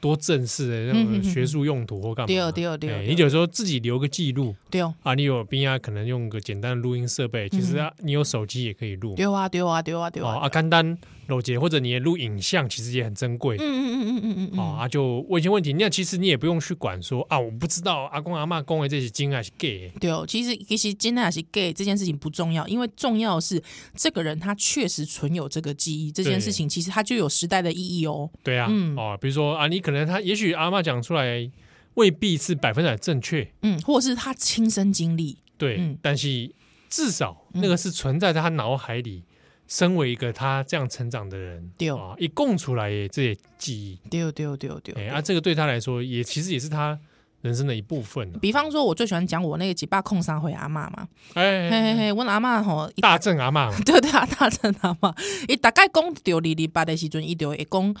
S2: 多正式的
S1: 嗯
S2: 那种学术用途或干嘛。
S1: 对哦对哦对哦
S2: 哎
S1: 对哦
S2: 你有时候自己留个记录
S1: 丢
S2: 啊，你有边啊，可能用个简单的录音设备，其实
S1: 嗯
S2: 啊，你有手机也可以录。
S1: 丢啊丢啊丢啊丢
S2: 哦
S1: 啊！
S2: 啊，干单搂结或者你也录影像，其实也很珍贵。
S1: 嗯嗯嗯嗯嗯嗯
S2: 哦，啊，就问一些问题，那其实你也不用去管说啊，我不知道阿公阿妈公的这些金啊还是 gay，
S1: 对哦，其实其实今天还是 gay 这件事情不重要，因为重要的是这个人他确实存有这个记忆，这件事情其实它就有时代的意义哦。
S2: 对啊，
S1: 嗯
S2: 哦，比如说啊，你可能他也许阿妈讲出来未必是百分之百正确，
S1: 嗯，或者是他亲身经历，
S2: 对，
S1: 嗯
S2: 但是至少那个是存在在他脑海里，身为一个他这样成长的人，
S1: 对哦
S2: 啊，一供出来的这些记忆，
S1: 对哦对对对。
S2: 哎、啊，这个对他来说也其实也是他人生的一部分、啊，
S1: 比方说，我最喜欢讲我那个几爸控三回阿嬷嘛，
S2: 哎、
S1: 嘿 (laughs) 嘿嘿，我阿嬷吼，一
S2: 大正阿妈，
S1: (laughs) 对对啊，大声阿嬷，伊大概讲到二二八的时阵，伊就会讲，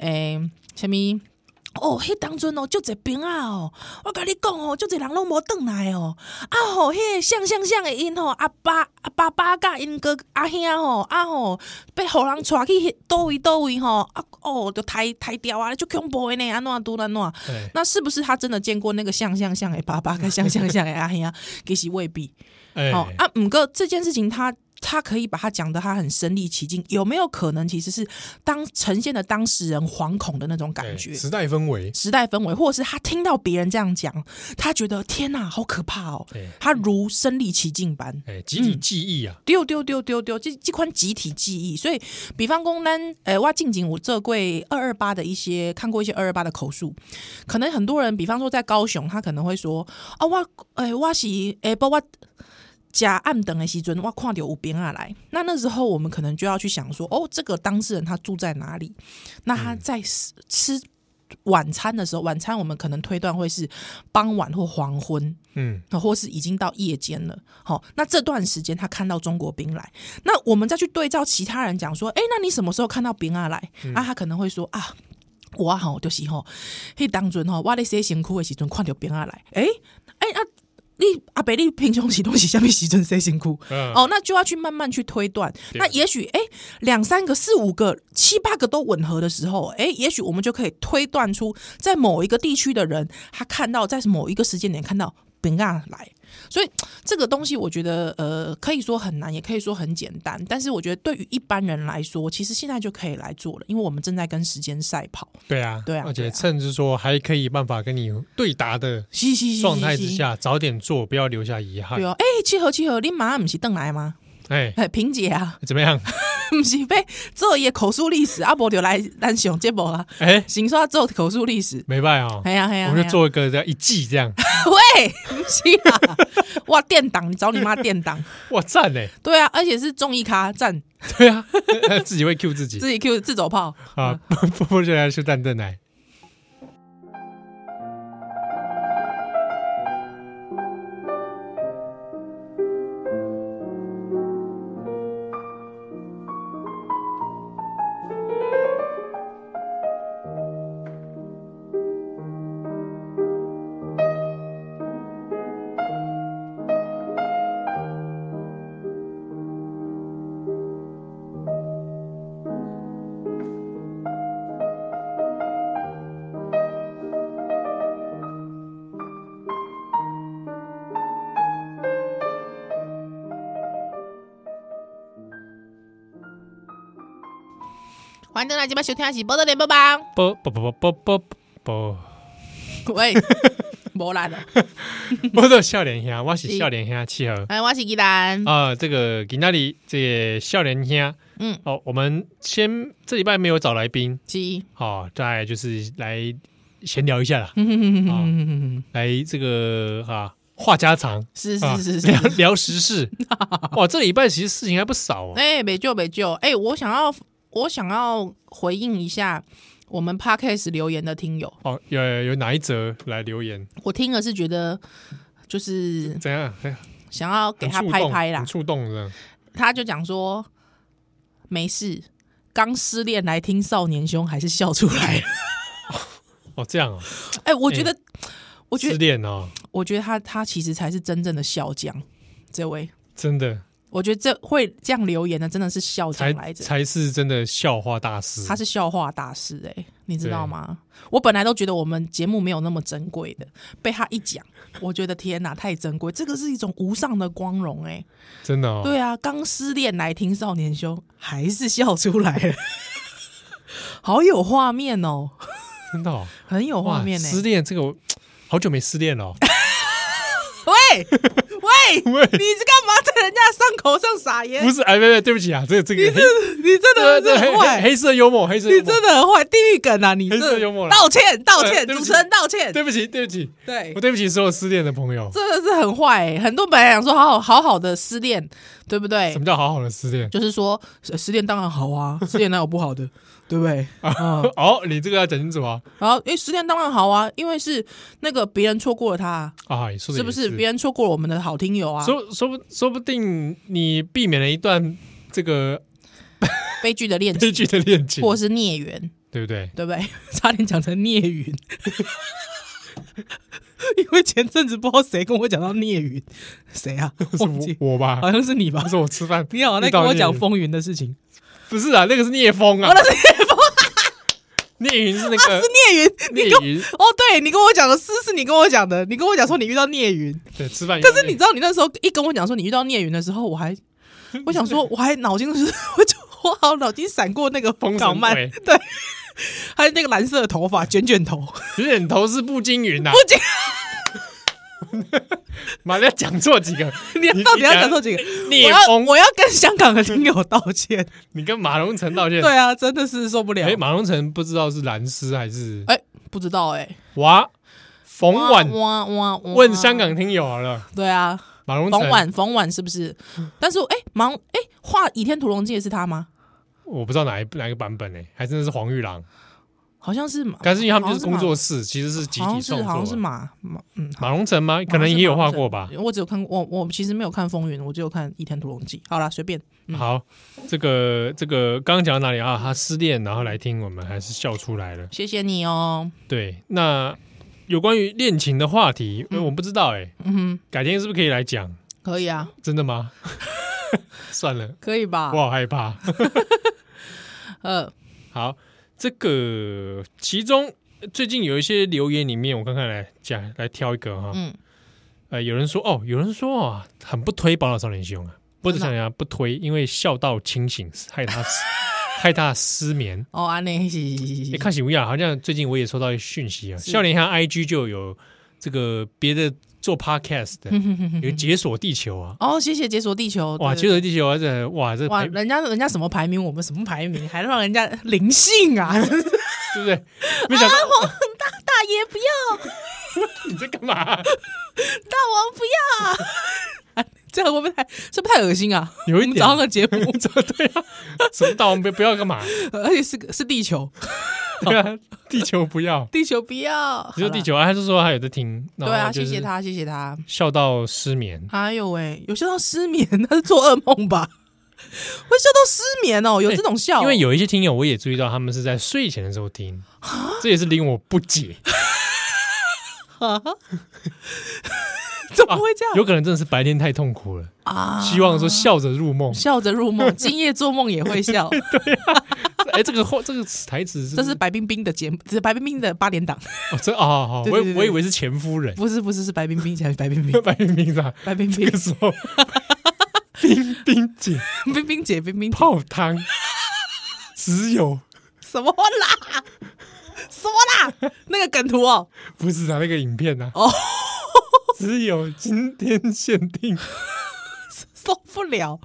S1: 诶、什物哦，迄当阵哦，就一兵啊哦，我甲你讲哦，就一人拢无转来哦，啊吼、迄个像像像的因吼，阿爸阿爸爸甲因哥阿兄吼，啊吼、被互人带去倒位倒位吼，啊哦，就抬抬掉啊，就恐怖的呢，安怎拄安怎。
S2: 哎
S1: 那是不是他真的见过那个像像像的爸爸跟像像像的阿兄？其实未必。
S2: 哎、
S1: 哦啊，五个这件事情他。他可以把它讲的他很身临其境，有没有可能其实是当呈现的当事人惶恐的那种感
S2: 哎
S1: 觉，
S2: 时代氛围，
S1: 时代氛围，或者是他听到别人这样讲，他觉得天哪，好可怕哦
S2: 对，
S1: 他如身临其境般。
S2: 哎、集体记忆啊，
S1: 丢丢丢丢丢，这这款集体记忆，所以比方讲咱，呃，我近景我这柜二二八的一些看过一些二二八的口述，可能很多人，比方说在高雄，他可能会说啊，我哎、我是哎，包我假暗等的时阵，我看到有边啊来，那那时候我们可能就要去想说，哦，这个当事人他住在哪里？那他在吃吃晚餐的时候，晚餐我们可能推断会是傍晚或黄昏，
S2: 嗯，
S1: 啊或是已经到夜间了，好、那这段时间他看到中国兵来，那我们再去对照其他人讲说，哎，那你什么时候看到兵啊来？啊，他可能会说啊。我吼就是吼，迄当阵吼，我咧洗身躯的时阵，看到兵啊来，诶、诶、啊，你阿伯你平常时都是虾米时阵洗身躯？
S2: 嗯
S1: 哦，那就要去慢慢去推断。
S2: 对
S1: 那也许诶，两三个、四五个、七八个都吻合的时候，诶，也许我们就可以推断出，在某一个地区的人，他看到在某一个时间点看到饼干来。所以这个东西，我觉得呃，可以说很难，也可以说很简单。但是我觉得对于一般人来说，其实现在就可以来做了，因为我们正在跟时间赛跑。
S2: 对啊，
S1: 对啊
S2: 而
S1: 对
S2: 且
S1: 啊
S2: 趁着说还可以办法跟你对答的
S1: 嘻嘻嘻，
S2: (laughs) 状态
S1: (laughs)
S2: 之。下，早点做，不要留下遗憾
S1: 对。哦，诶，七合七合，你妈不是邓来吗？
S2: 哎，
S1: 哎，萍姐啊， (laughs)
S2: 怎么样？
S1: 不是被做伊口述历史，啊，无就来咱上节目啊。
S2: 哎，
S1: 行说要做口述历史，
S2: 没办法哦，
S1: 哎呀哎呀，
S2: 我们
S1: 嘿
S2: 就
S1: 呀
S2: 做一个这样一季这样，
S1: (laughs) 喂，不是啦， (laughs) 哇，电档，你找你妈电档，
S2: 哇，赞嘞！
S1: 对啊，而且是综艺咖，赞
S2: 对啊，自己会 Q 自己
S1: 自己 Q 自走炮，
S2: 啊，不不不，就来吃蛋蛋奶。
S1: 欢迎登来今晚收听的是《波多连播帮》，
S2: 不不不不不不不，
S1: 喂， (laughs) 无啦的，
S2: 不是笑脸兄，我是
S1: 是
S2: 笑脸兄七和
S1: 哎，我是鸡蛋，
S2: 啊。这个给那里这笑脸兄，
S1: 嗯，
S2: 哦，我们先这礼拜没有找来宾，
S1: 鸡，
S2: 好，再来就是来闲聊一下啦，
S1: 嗯，
S2: 来这个啊话
S1: (laughs)
S2: 家常。
S1: 是
S2: 啊
S1: 是是是
S2: 聊
S1: 是，
S2: 聊时事。
S1: (laughs)
S2: 哇，这礼拜其实事情还不少哦。
S1: 哎，没救没救，哎，我想要我想要回应一下我们 podcast 留言的听友，
S2: 哦，有有有哪一则来留言？
S1: 我听了是觉得就是
S2: 怎样？哎
S1: 想要给他
S2: 很触
S1: 拍
S2: 动
S1: 拍啦
S2: 很，触动的。
S1: 他就讲说没事，刚失恋来听少年兄还是笑出来了。
S2: 哦，这样哦，
S1: 哎、我觉得，我觉
S2: 失
S1: 得，
S2: 恋哦，
S1: 我觉得他他其实才是真正的笑匠。这位
S2: 真的
S1: 我觉得这会这样留言的真的是校长
S2: 才
S1: 来着，
S2: 才是真的笑话大师。
S1: 他是笑话大师哎、你知道吗？我本来都觉得我们节目没有那么珍贵的，被他一讲，我觉得天哪，太珍贵，这个是一种无上的光荣哎、
S2: 真的哦，
S1: 对啊，刚失恋来听少年兄，还是笑出来了，好有画面哦，
S2: 真的哦，
S1: 很有画
S2: 哇，
S1: 面哎、
S2: 失恋这个我好久没失恋
S1: (laughs)
S2: 了哦，
S1: 喂喂，
S2: (laughs) 喂
S1: 你是干嘛在人家伤口上撒盐？
S2: 不是，啊哎，对对不起啊，这个这个黑
S1: 你真的
S2: 这
S1: 真
S2: 个
S1: 的
S2: 黑
S1: 很
S2: 黑
S1: 坏，
S2: 黑色幽默，黑色幽
S1: 你
S2: 默
S1: 真的很坏，地狱梗啊！你
S2: 黑色
S1: 这
S2: 幽默啦
S1: 道歉道歉，
S2: 呃对不
S1: 主
S2: 起
S1: 持人道歉，
S2: 对不起，对不起，
S1: 对
S2: 我，对不起所有失恋的朋友。
S1: 真的是很坏欸、很多本来想说好好好好的失恋，对不对
S2: 什？么叫好好的失恋？
S1: 就是说呃失恋当然好啊，失恋哪有不好的，对不
S2: (laughs)
S1: 对？嗯，
S2: 哦，你这个要讲清楚啊！
S1: 然后诶，失恋当然好啊，因为是那个别人错过了他啊，
S2: 啊，你说的
S1: 是不
S2: 也
S1: 是？别人错过了我们的好听友啊，
S2: 说说不说不定你避免了一段这个
S1: 悲剧的恋情
S2: 悲剧的恋情，
S1: 或者是孽缘，
S2: 对不对？
S1: 对不 (laughs) 对？差点讲成孽云， (laughs) 因为前阵子不知道谁跟我讲到孽云，谁啊？
S2: (laughs) 是
S1: 忘记，
S2: 我
S1: (laughs)
S2: 我吧，
S1: 好像是你吧
S2: 不？是我吃饭，
S1: 你好像在
S2: (laughs) 遇到
S1: 跟我讲
S2: 聂云，
S1: 风云的事情，
S2: 不是啊，那个是聂风啊
S1: 哦，，那是聂风，
S2: (laughs) 聂云是那
S1: 啊 (laughs)
S2: 个
S1: 是聂云，
S2: 聂云，
S1: 哦，对你跟我讲的诗是你跟我讲的，你跟我讲说你遇到聂云，
S2: 对，吃饭遇到
S1: 可
S2: 聂。
S1: 是你知道你那时候一跟我讲说你遇到聂云的时候，我
S2: (laughs)
S1: 还我想说我还脑筋就是我就我好脑筋闪过那个
S2: 风神
S1: 港漫，
S2: 鬼
S1: 对，还有那个蓝色的头发卷卷头， (laughs) 不
S2: 有点头是步惊云呐，啊 (laughs)
S1: 仅
S2: 马上讲错几
S1: (laughs)
S2: 个，
S1: 你到底要讲错几个？我
S2: 聂
S1: 要
S2: 风，
S1: 我要跟香港的听友道
S2: (laughs)
S1: 歉，
S2: 你跟马龙城道歉。
S1: 对啊，真的是受不了
S2: 哎，。马龙城不知道是蓝丝还是
S1: 哎，不知道哎，
S2: 哇？冯婉
S1: 哇哇哇，
S2: 问香港听友好了，
S1: 对啊，
S2: 马龙
S1: 冯
S2: 城，
S1: 婉冯婉是不是？但是我哎，忙哎，画《倚天屠龙记》的是他吗？
S2: 我不知道哪一哪一个版
S1: 哦
S2: 本哎，还真的是黄玉郎，
S1: 好像是马，
S2: 但是因为他们就是
S1: 好像
S2: 工
S1: 马
S2: 作室，其实是集
S1: 好
S2: 体
S1: 像哦是
S2: 创
S1: 好像是
S2: 作。啊
S1: 马马嗯，
S2: 马龙城吗？可能也有画过吧。
S1: 我只有看过我我其实没有看《风云》，我只有看《倚天屠龙记》。好啦，随便。嗯
S2: 好，这个这个刚刚讲到哪里啊？他失恋，然后来听我们，还是笑出来了。
S1: 谢谢你哦。
S2: 对，那有关于恋情的话题，呃我不知道哎、
S1: 嗯哼，
S2: 改天是不是可以来讲？
S1: 可以啊，
S2: 真的吗？ (laughs) 算了，
S1: 可以吧
S2: 我？好害怕。
S1: 呃，
S2: 好，这个其中呃最近有一些留言里面，我看看来讲来挑一个哈。
S1: 嗯，
S2: 呃，有人说哦，有人说啊，很不推《宝岛少年兄》啊，不是想想不推，因为笑到清醒，害他
S1: (laughs)
S2: 害他失眠。
S1: 哦，安内是是是
S2: 也
S1: 是，
S2: 看喜无恙，好像最近我也收到一讯息啊，
S1: 是
S2: 笑脸下 IG 就有这个别的做 podcast
S1: (laughs)
S2: 的
S1: 哼哼哼
S2: 有解锁地球啊，
S1: 哦，谢谢解锁地球。
S2: 哇，
S1: 哦对
S2: 解锁地球啊，这哇这
S1: 哇，
S2: 排
S1: 人家人家什么排名，我们什么排名，还让人家灵性啊！ (laughs) 大
S2: 对不对？没
S1: (laughs)
S2: 想到
S1: 爷不要，
S2: 你在干嘛？
S1: 大王不要 (laughs) 啊！这样会不会太是不是太恶心啊？
S2: 有一
S1: (laughs) 我们
S2: 点
S1: 早上的节
S2: (laughs)
S1: 目，
S2: 对啊，什么大王不不要干嘛？
S1: 而且是个是地球，
S2: (laughs) 对啊，地球
S1: (laughs)
S2: 不要，
S1: 地球不要，
S2: 你
S1: 好啦
S2: 说地球啊，他就说他有在听，
S1: 对啊，谢谢，他，谢谢他。
S2: 笑到失眠，
S1: 哎呦喂，有笑到失眠，他是做噩梦吧？ (laughs) 会笑到失眠哦，有这种笑哦、
S2: 因为有一些听友我也注意到他们是在睡前的时候听，
S1: 啊
S2: 这也是令我不解，
S1: (laughs) 怎么会这样
S2: 啊有可能真的是白天太痛苦了，
S1: 啊？
S2: 希望说笑着入梦。 (laughs)
S1: 笑着入梦，今夜做梦也会笑， (laughs)
S2: 哎，这个话这个台词是
S1: 这是白冰冰的节目，这是白冰冰的八点档， (laughs)
S2: 哦，这哦，好好，
S1: 对
S2: 我
S1: 对对
S2: 以我以为是前夫人， (laughs)
S1: 不是不是是白冰冰，才是白冰冰，
S2: 白冰冰啥？
S1: 白冰
S2: 那
S1: 冰
S2: 个，时候， (laughs) 冰冰姐
S1: (laughs) 冰冰姐，冰冰姐
S2: 泡汤，只有
S1: 什么啦？什么啦？那个梗图哦，
S2: 不是啊，那个影片呐、啊，
S1: 哦，
S2: 只有今天限定。
S1: 受不了，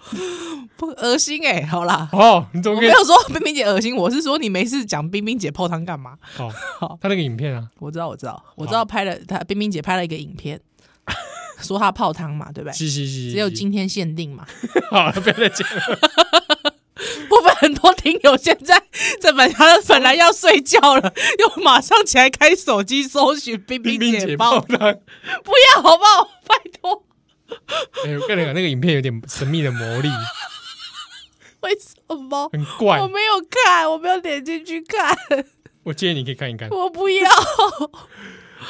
S1: 不恶心哎、好啦。
S2: 哦，你怎
S1: 我
S2: 么
S1: 没
S2: 可以？
S1: 有说冰冰姐恶心，我是说你没事讲冰冰姐泡汤干嘛？ (laughs)
S2: 哦，他那个影片啊，
S1: 我知道，我知道，我知道拍了她冰冰姐拍了一个影
S2: (laughs)
S1: 片，说她泡汤嘛，对不对？
S2: 嘻嘻嘻，
S1: 哎只有今天限定嘛，
S2: (laughs)
S1: (laughs)
S2: 好了，不要再讲了。
S1: 会不会很多听友现在这本来本来要睡觉了， (laughs) 又马上起来开手机搜寻冰
S2: 冰冰
S1: 姐
S2: 姐泡
S1: 泡，
S2: 汤，
S1: 不要好不好？ (laughs) 拜托，
S2: 哎、我跟你讲，那个影片有点神秘的魔力，
S1: 为什么？
S2: 很怪
S1: (laughs) 我。没有看，我没有点进去看，
S2: 我建议你可以看一看。
S1: 我不
S2: (laughs)
S1: 要。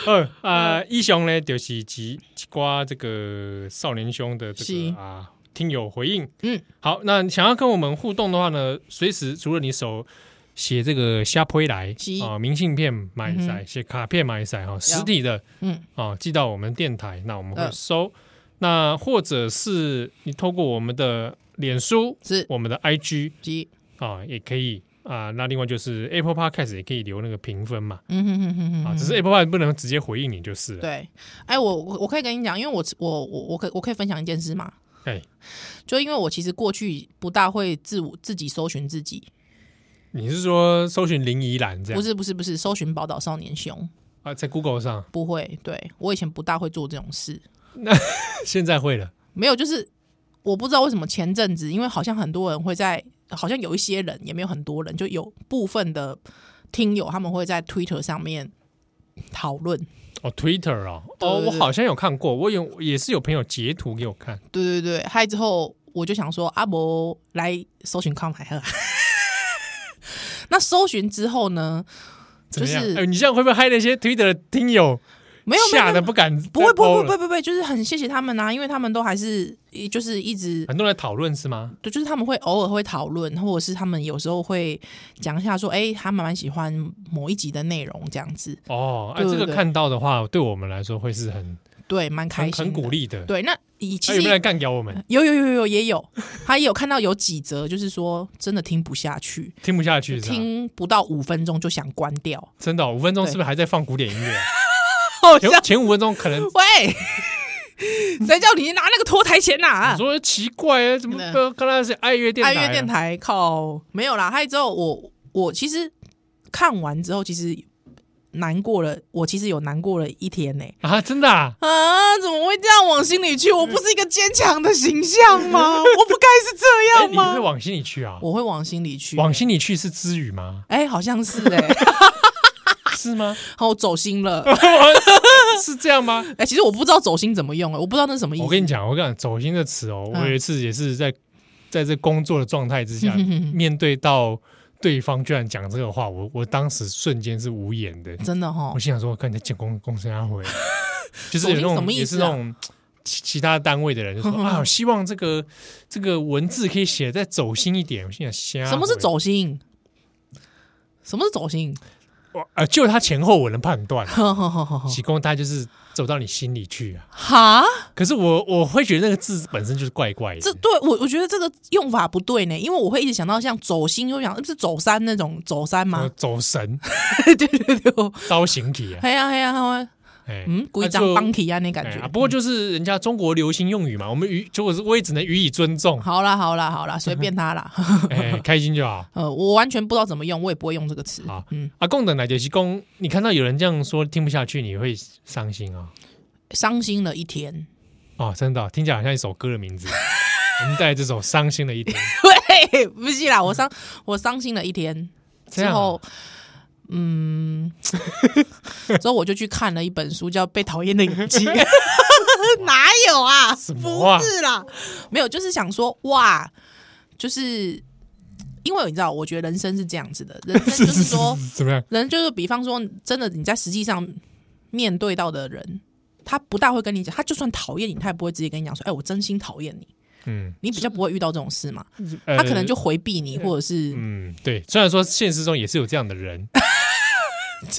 S2: 呃呃，一雄呢，就是一集一瓜这个少年兄的这
S1: 是
S2: 个啊听友回应。
S1: 嗯，
S2: 好，那想要跟我们互动的话呢，随时除了你手写这个虾推来
S1: 是
S2: 啊，明信片买
S1: 嗯
S2: 塞，
S1: 哼
S2: 写卡片买塞哈，实体的
S1: 嗯，
S2: 啊，寄到我们电台，那我们会
S1: 嗯
S2: 收。那或者是你透过我们的脸书、
S1: 是
S2: 我们的 IG
S1: 鸡，
S2: 啊，也可以啊。那另外就是 Apple Podcast 也可以留那个评分嘛
S1: 嗯哼哼哼哼
S2: 啊，
S1: 哼，
S2: 只是 Apple Podcast 不能直接回应你就是了。
S1: 对，哎，我我我可以跟你讲，因为我我我我可以我可以分享一件事嘛，
S2: 哎，
S1: 就因为我其实过去不大会自我自己搜寻自己，
S2: 你是说搜寻林怡兰这
S1: 不
S2: 样？
S1: 是不是不是，搜寻宝岛少年熊
S2: 啊，在 Google 上， (laughs)
S1: 不会，对我以前不大会做这种事，
S2: 现在会了。
S1: 没有，就是我不知道为什么前阵子，因为好像很多人会在，好像有一些人也没有很多人，就有部分的听友他们会在 Twitter 上面讨论，
S2: 哦，Twitter 哦，
S1: 对
S2: 哦，
S1: 对
S2: 我
S1: 对
S2: 好像有看过，我有也是有朋友截图给我看，
S1: 对对对，嗨之后我就想说，阿、伯来搜寻康海赫。 (laughs) 那搜寻之后呢，
S2: 怎么样？
S1: 就是
S2: 哎，你这样会不会害那些 Twitter 的听友
S1: 没有没有
S2: 吓得不敢？
S1: 不会不会不会
S2: 会，
S1: 不会，就是很谢谢他们啊，因为他们都还是就是一直
S2: 很多人来讨论是吗？
S1: 对，就是他们会偶尔会讨论，或者是他们有时候会讲一下说，哎、他蛮蛮喜欢某一集的内容这样子，
S2: 哦，哎，
S1: 对
S2: 这
S1: 对
S2: 个
S1: 对
S2: 看到的话，对我们来说会是很
S1: 对，蛮开
S2: 很
S1: 心
S2: 很鼓
S1: 的。
S2: 励的。
S1: 对，那以其
S2: 哎有
S1: 实
S2: 没有来干掉我们？
S1: 有有有有也有，他也有看到有几则，就是说真的听不下去，
S2: 听不下去 (laughs) 是吧？啊
S1: 听不到五分钟就想关掉，
S2: 真的哦、五分钟
S1: 对
S2: 是不是还在放古典音乐啊、
S1: (laughs) 好 (laughs)
S2: 前前五分钟可能
S1: 喂， (laughs) 谁叫你拿那个拖台钱呐、
S2: 我说奇怪啊，怎么
S1: 真
S2: 刚刚才是爱乐电台、
S1: 爱
S2: 啊？
S1: 乐电台靠没有啦。还有之后我我其实看完之后，其实难过了，我其实有难过了一天呢、
S2: 啊，真的啊，
S1: 啊，怎么会这样往心里
S2: 嗯
S1: 去？我不是一个坚强的形象
S2: (laughs)
S1: 吗？我不该是这
S2: 哎，
S1: 样
S2: 你会
S1: 吗？
S2: 往心里去啊？
S1: 我会往心里去、
S2: 往心里去是知语吗？
S1: 哎、好像是哎、
S2: (laughs)
S1: 啊 (laughs)
S2: 是吗？ (laughs)
S1: 好，我走心了。
S2: 是这样吗？
S1: 哎、其实我不知道走心怎么用、哎，我不知道那是什么意思。
S2: 我跟你讲，我跟你讲，走心的词哦，
S1: 嗯
S2: 我有一次也是在在这工作的状态之
S1: (laughs)
S2: 下，
S1: 哼哼哼
S2: 面对到对方居然讲这个话，我我当时瞬间是无言的，
S1: 真的哈
S2: 我，心想说，看你在建工工程
S1: (laughs)
S2: 阿回，啊就是
S1: 走
S2: 有
S1: 心
S2: 那种、
S1: 什么意
S2: 也是
S1: 思
S2: 那
S1: 啊
S2: 种。其其他单位的人就
S1: (laughs)
S2: 说啊，希望这个这个文字可以写得再走心一点。我心想，瞎
S1: 什么是
S2: 回
S1: 走心？什么是走心？，
S2: 我呃，就他前后我能判断
S1: 呵呵呵呵呵
S2: 喜功他就是走到你心里去啊。
S1: 哈，
S2: 可是我我会觉得那个字本身就是怪怪
S1: 这
S2: 的，
S1: 对我我觉得这个用法不对呢，因为我会一直想到像走心，就想呃是走山那种走山
S2: 呃
S1: 吗？
S2: 走神呃
S1: (laughs) 对对对，我
S2: 招
S1: (laughs)
S2: 形体啊，
S1: 哎呀哎呀，我
S2: 哎，
S1: 嗯，故意张
S2: 那就
S1: 帮体啊那感
S2: 哎
S1: 觉。，
S2: 啊不过就是人家中国流行用语嘛，我们予就我是我也只能予以尊
S1: (laughs)
S2: 重
S1: 好啦好啦好啦，随便他啦。 (laughs)
S2: 哎，开心就好。
S1: 呃，我完全不知道怎么用，我也不会用这个词
S2: 好。
S1: 嗯，
S2: 啊，共等来就是公，你看到有人这样说听不下去，你会伤心啊、
S1: 伤心了一天。
S2: 哦？真的哦、听起来好像一首歌的
S1: (laughs)
S2: 名字。我们带来这首《伤心的一天》，
S1: 对，不是啦，我伤我伤心了一天
S2: 嗯这
S1: 之
S2: 样啊
S1: 后，嗯，之后我就去看了一本书，叫《被讨厌的影集》。
S2: (laughs)
S1: 哪有啊？
S2: 么啊
S1: 不是啦，没有，就是想说，哇，就是因为你知道，我觉得人生是这样子的，人生就是说，
S2: (laughs) 怎么样？
S1: 人就是比方说，真的你在实际上面对到的人，他不大会跟你讲，他就算讨厌你，他也不会直接跟你讲说，哎、我真心讨厌你。
S2: 嗯，
S1: 你比较不会遇到这种事嘛？
S2: 呃
S1: 他可能就回避你，或者是
S2: 嗯，对。虽然说现实中也是有这样
S1: (laughs)
S2: 的人，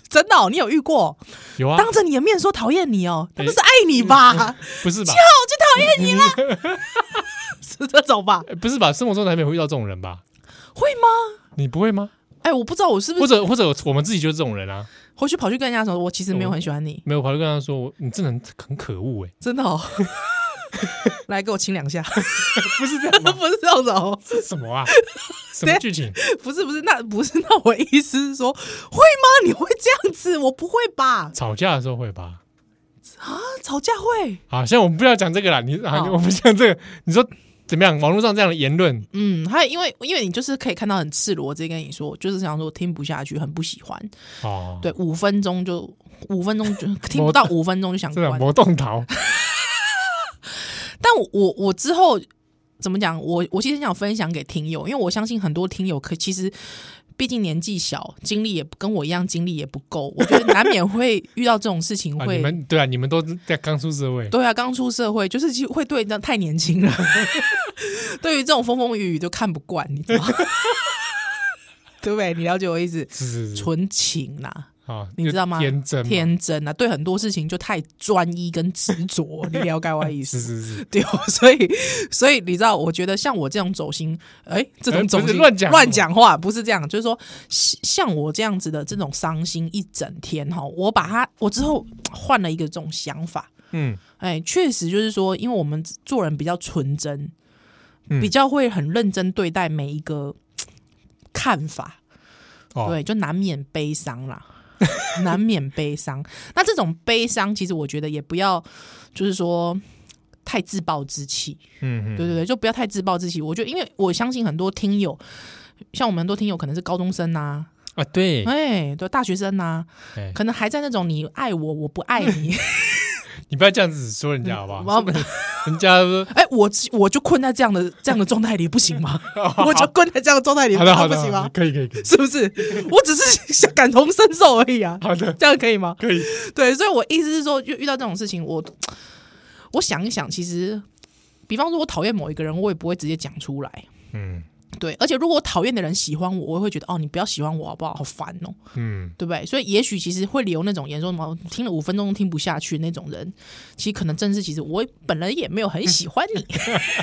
S1: 真的哦、你有遇过
S2: 有啊，
S1: 当着你的面说讨厌你哦，他
S2: 哎
S1: 不是爱你吧？好，我
S2: 不是吧？
S1: 就讨厌你了， (laughs) 是这种吧？
S2: 呃不是吧？生活中难免会遇到这种人吧？
S1: 会吗？
S2: 你不会吗？
S1: 哎，我不知道我是 (laughs) 不
S2: 或
S1: 是
S2: 者或者我们自己就是这种人啊？
S1: 回去跑去跟人家说，我其实没有很喜欢你，
S2: 没有，我跑去跟他说，我你这人很可恶哎、
S1: 真的哦。来给我亲 (laughs) 两下，
S2: 不是这样
S1: (laughs)
S2: 吗？
S1: 不是这种哦，
S2: 这是什么啊？什么剧情？
S1: (laughs) 不是不是，那不是那我意思是说，会吗？你会这样子？我不会吧？
S2: 吵架的时候会吧？
S1: 啊，吵架会？
S2: 好，现在我们不要讲这个啦，你啊，
S1: 好
S2: 我们讲这个，你说怎么样？网络上这样的言论，
S1: 嗯，还有因为因为你就是可以看到很赤裸，直接跟你说，就是想说听不下去，很不喜欢，
S2: 哦，
S1: 对，五分钟就五分 (laughs) 钟就听不到，五分钟就想
S2: 这种
S1: 关。
S2: 魔动桃，
S1: 但我我我之后怎么讲？我我其实想分享给听友，因为我相信很多听友可其实毕竟年纪小，经历也跟我一样，经历也不够，我觉得难免会遇到这种事情，
S2: (laughs) 啊，
S1: 会
S2: 你们对啊，你们都在刚出社会，
S1: 对啊，刚出社会就是其实会对那太年轻了， (laughs) 对于这种风风雨雨都看不惯，你知道吗？ (laughs) 对不对？你了解我意思？
S2: 是是是
S1: 纯情呐、
S2: 啊，
S1: 你知道吗
S2: 就天真嘛，
S1: 天真啊，对很多事情就太专一跟执着，你了解我的意
S2: 是
S1: 思？
S2: 是是，
S1: 对， (laughs) 所以所以你知道，我觉得像我这种走心，哎、这
S2: 哎
S1: 种走
S2: 不是
S1: 心、
S2: 乱讲
S1: 乱讲话不是这样，就是说像像我这样子的这种伤心一整天哈，我把它我之后换了一个这种想法，
S2: 嗯，
S1: 哎，确实就是说，因为我们做人比较纯真，
S2: 嗯
S1: 比较会很认真对待每一个嘖看法，
S2: 哦，
S1: 对，就难免悲伤啦， (laughs) 难免悲伤。那这种悲伤，其实我觉得也不要，就是说。太自暴自弃，
S2: 嗯
S1: 对
S2: 嗯，
S1: 对对，就不要太自暴自弃。我觉得，因为我相信很多听友，像我们很多听友可能是高中生呐、
S2: 啊，对，
S1: 哎，对，大学生呐、
S2: 哎
S1: 可能还在那种你爱我，我不爱你，
S2: 你不要这样子说人家好不好？
S1: 我
S2: (laughs) 人家说
S1: 哎、我我就困在这样的这样的状态里，不行
S2: (laughs)
S1: 吗？我就困在这样的状态里，啊
S2: 好的好
S1: 不
S2: 的，
S1: 行
S2: 好的
S1: 吗？
S2: 可以可以可以，
S1: 是不是？我只是想感同身受而已啊，
S2: 好的
S1: 这样可以吗？
S2: 可以，
S1: 对，所以我意思是说，就遇到这种事情，我我想一想，其实，比方说我讨厌某一个人，我也不会直接讲出来。
S2: 嗯
S1: 对，而且如果我讨厌的人喜欢我，我也会觉得哦，你不要喜欢我好不好？好烦哦，
S2: 嗯，
S1: 对不对？所以也许其实会留那种言说什么听了五分钟听不下去那种人，其实可能正是其实我本人也没有很喜欢你， (laughs)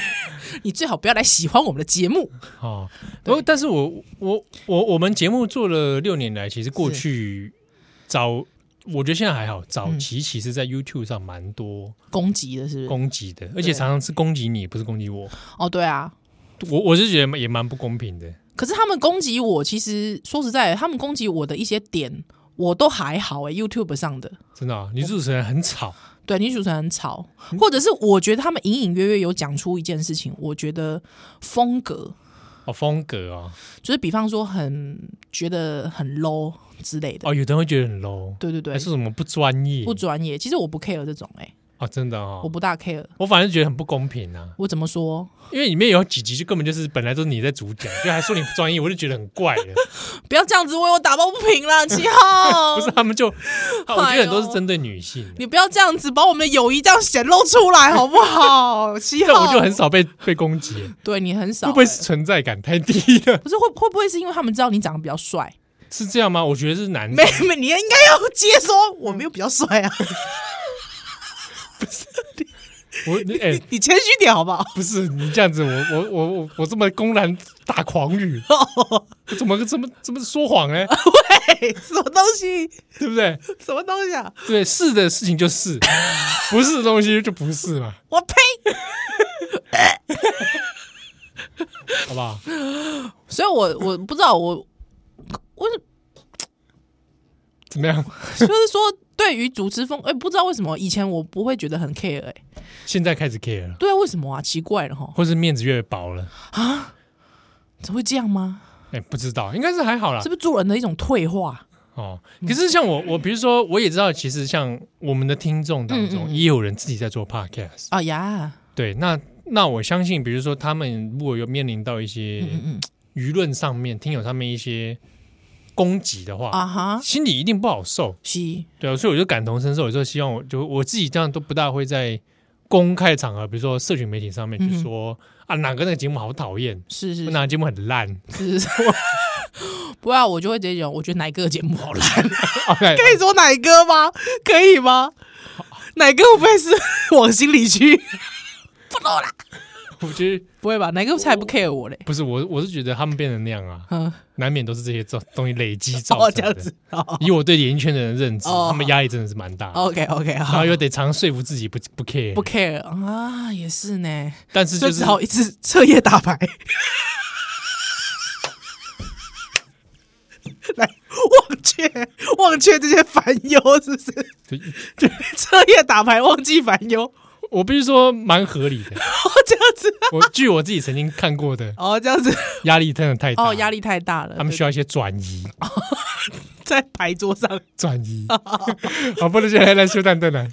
S1: 你最好不要来喜欢我们的节目。
S2: 哦，
S1: 对
S2: 不，但是我我我我们节目做了六年来，其实过
S1: 是
S2: 去早，我觉得现在还好，早
S1: 嗯
S2: 期其实在 YouTube 上蛮多
S1: 攻击的是不是？
S2: 攻击的，而且常常是攻击你，不是攻击我，
S1: 哦，对啊。
S2: 我我是觉得也蛮不公平的，
S1: 可是他们攻击我，其实说实在的，他们攻击我的一些点，我都还好诶、y o u t u b e 上的，
S2: 真的啊，女主持人很吵，
S1: 对女主持人很吵，或者是我觉得他们隐隐约约有讲出一件事情，我觉得风格
S2: 哦，风格啊，
S1: 就是比方说很觉得很 low 之类的，
S2: 哦，有的人会觉得很 low，
S1: 对对对
S2: 还，是什么不专业，
S1: 不专业。其实我不 care 这种诶、
S2: 哦，真的哦
S1: 我，不大 care。
S2: 我反正觉得很不公平啊。
S1: 我怎么说？
S2: 因为里面有几集就根本就是本来都是你在主讲，就还说你不专业，我就觉得很
S1: (laughs)
S2: 怪了。
S1: 不要这样子为我打抱不平啦，七号
S2: (laughs) 不是他们就，啊我觉得很多是针对女性的，
S1: 你不要这样子把我们的友谊这样显露出来，好不好？七
S2: 但
S1: 号，
S2: 我就很少被被攻击，
S1: 对你很少、
S2: 会不会
S1: 欸
S2: 是存在感太低了？ (laughs)
S1: 不是会会不会是因为他们知道你长得比较帅？
S2: 是这样吗？我觉得是男
S1: 没
S2: 生，
S1: 没，你应该要接说我没有比较帅啊，
S2: 我哎、
S1: 你谦虚点好不好？
S2: 不是你这样子，我我我我我这么公然大
S1: (laughs)
S2: 狂语，我怎么怎么怎么说谎呢？
S1: 嘿哎什么东西？
S2: 对不对？
S1: 什么东西啊？
S2: 对，是的事情就是，不是的东西就不是嘛，
S1: 我呸！
S2: 好不好？
S1: 所以我我不知道我我
S2: 怎么样？
S1: 就是说，对于主持风，哎、不知道为什么以前我不会觉得很 care 哎、
S2: 现在开始 care 了，
S1: 对啊，为什么啊？奇怪了哈，
S2: 或是面子越薄了？
S1: 怎么会这样吗？
S2: 哎、不知道，应该是还好啦
S1: 是。不是做人的一种退化？
S2: 哦，可是像我，我比如说，我也知道，其实像我们的听众当
S1: 嗯嗯
S2: 中，
S1: 嗯
S2: 也有人自己在做 podcast。
S1: 啊呀，
S2: 对，那那我相信，比如说他们如果有面临到一些
S1: 嗯嗯嗯，
S2: 舆论上面、听友上面一些攻击的话，
S1: 啊哈，
S2: 心里一定不好受。
S1: 是，
S2: 对啊，所以我就感同身受，有时候希望我就我自己这样都不大会在公开场合，比如说社群媒体上面
S1: 嗯
S2: 去说、啊哪个那个节目好讨厌，
S1: 是是
S2: 哪个节目很烂， (laughs)
S1: 是是，不要、我就会直接讲，我觉得奶哥的节目好烂。啊
S2: OK，
S1: 可以说奶哥吗？可以吗？奶哥会不会是 (laughs) 往心里去？不懂啦，
S2: 我觉得
S1: 不会吧？奶哥才不 care 我嘞。
S2: 不是我，我是觉得他们变成那样啊，
S1: 嗯，
S2: 难免都是这些造东西累积造
S1: 哦，
S2: 成
S1: 这
S2: 的。
S1: 样子。哦
S2: 以我对演艺圈的人认知，
S1: 哦
S2: 他们压力真的是蛮大的。
S1: OK OK，
S2: 然
S1: 好
S2: 后，又得常说服自己不不 care，
S1: 不 care 啊，也是呢，
S2: 但是
S1: 就
S2: 就是
S1: 只好一直彻夜打 (laughs) 牌。来忘却忘却这些烦忧，是不是？
S2: 对
S1: 彻夜打牌，忘记烦忧，哦，
S2: 我必须说蛮合理的。
S1: 这样子，
S2: 我
S1: (laughs)
S2: 据我自己曾经看过的，
S1: 哦，这样子，
S2: 压力真的太大，
S1: 哦，压力太大了。
S2: 他们
S1: 对
S2: 需要一些转移，
S1: 在牌桌上哦
S2: (laughs) 转移。好，不能现在来修蛋蛋了。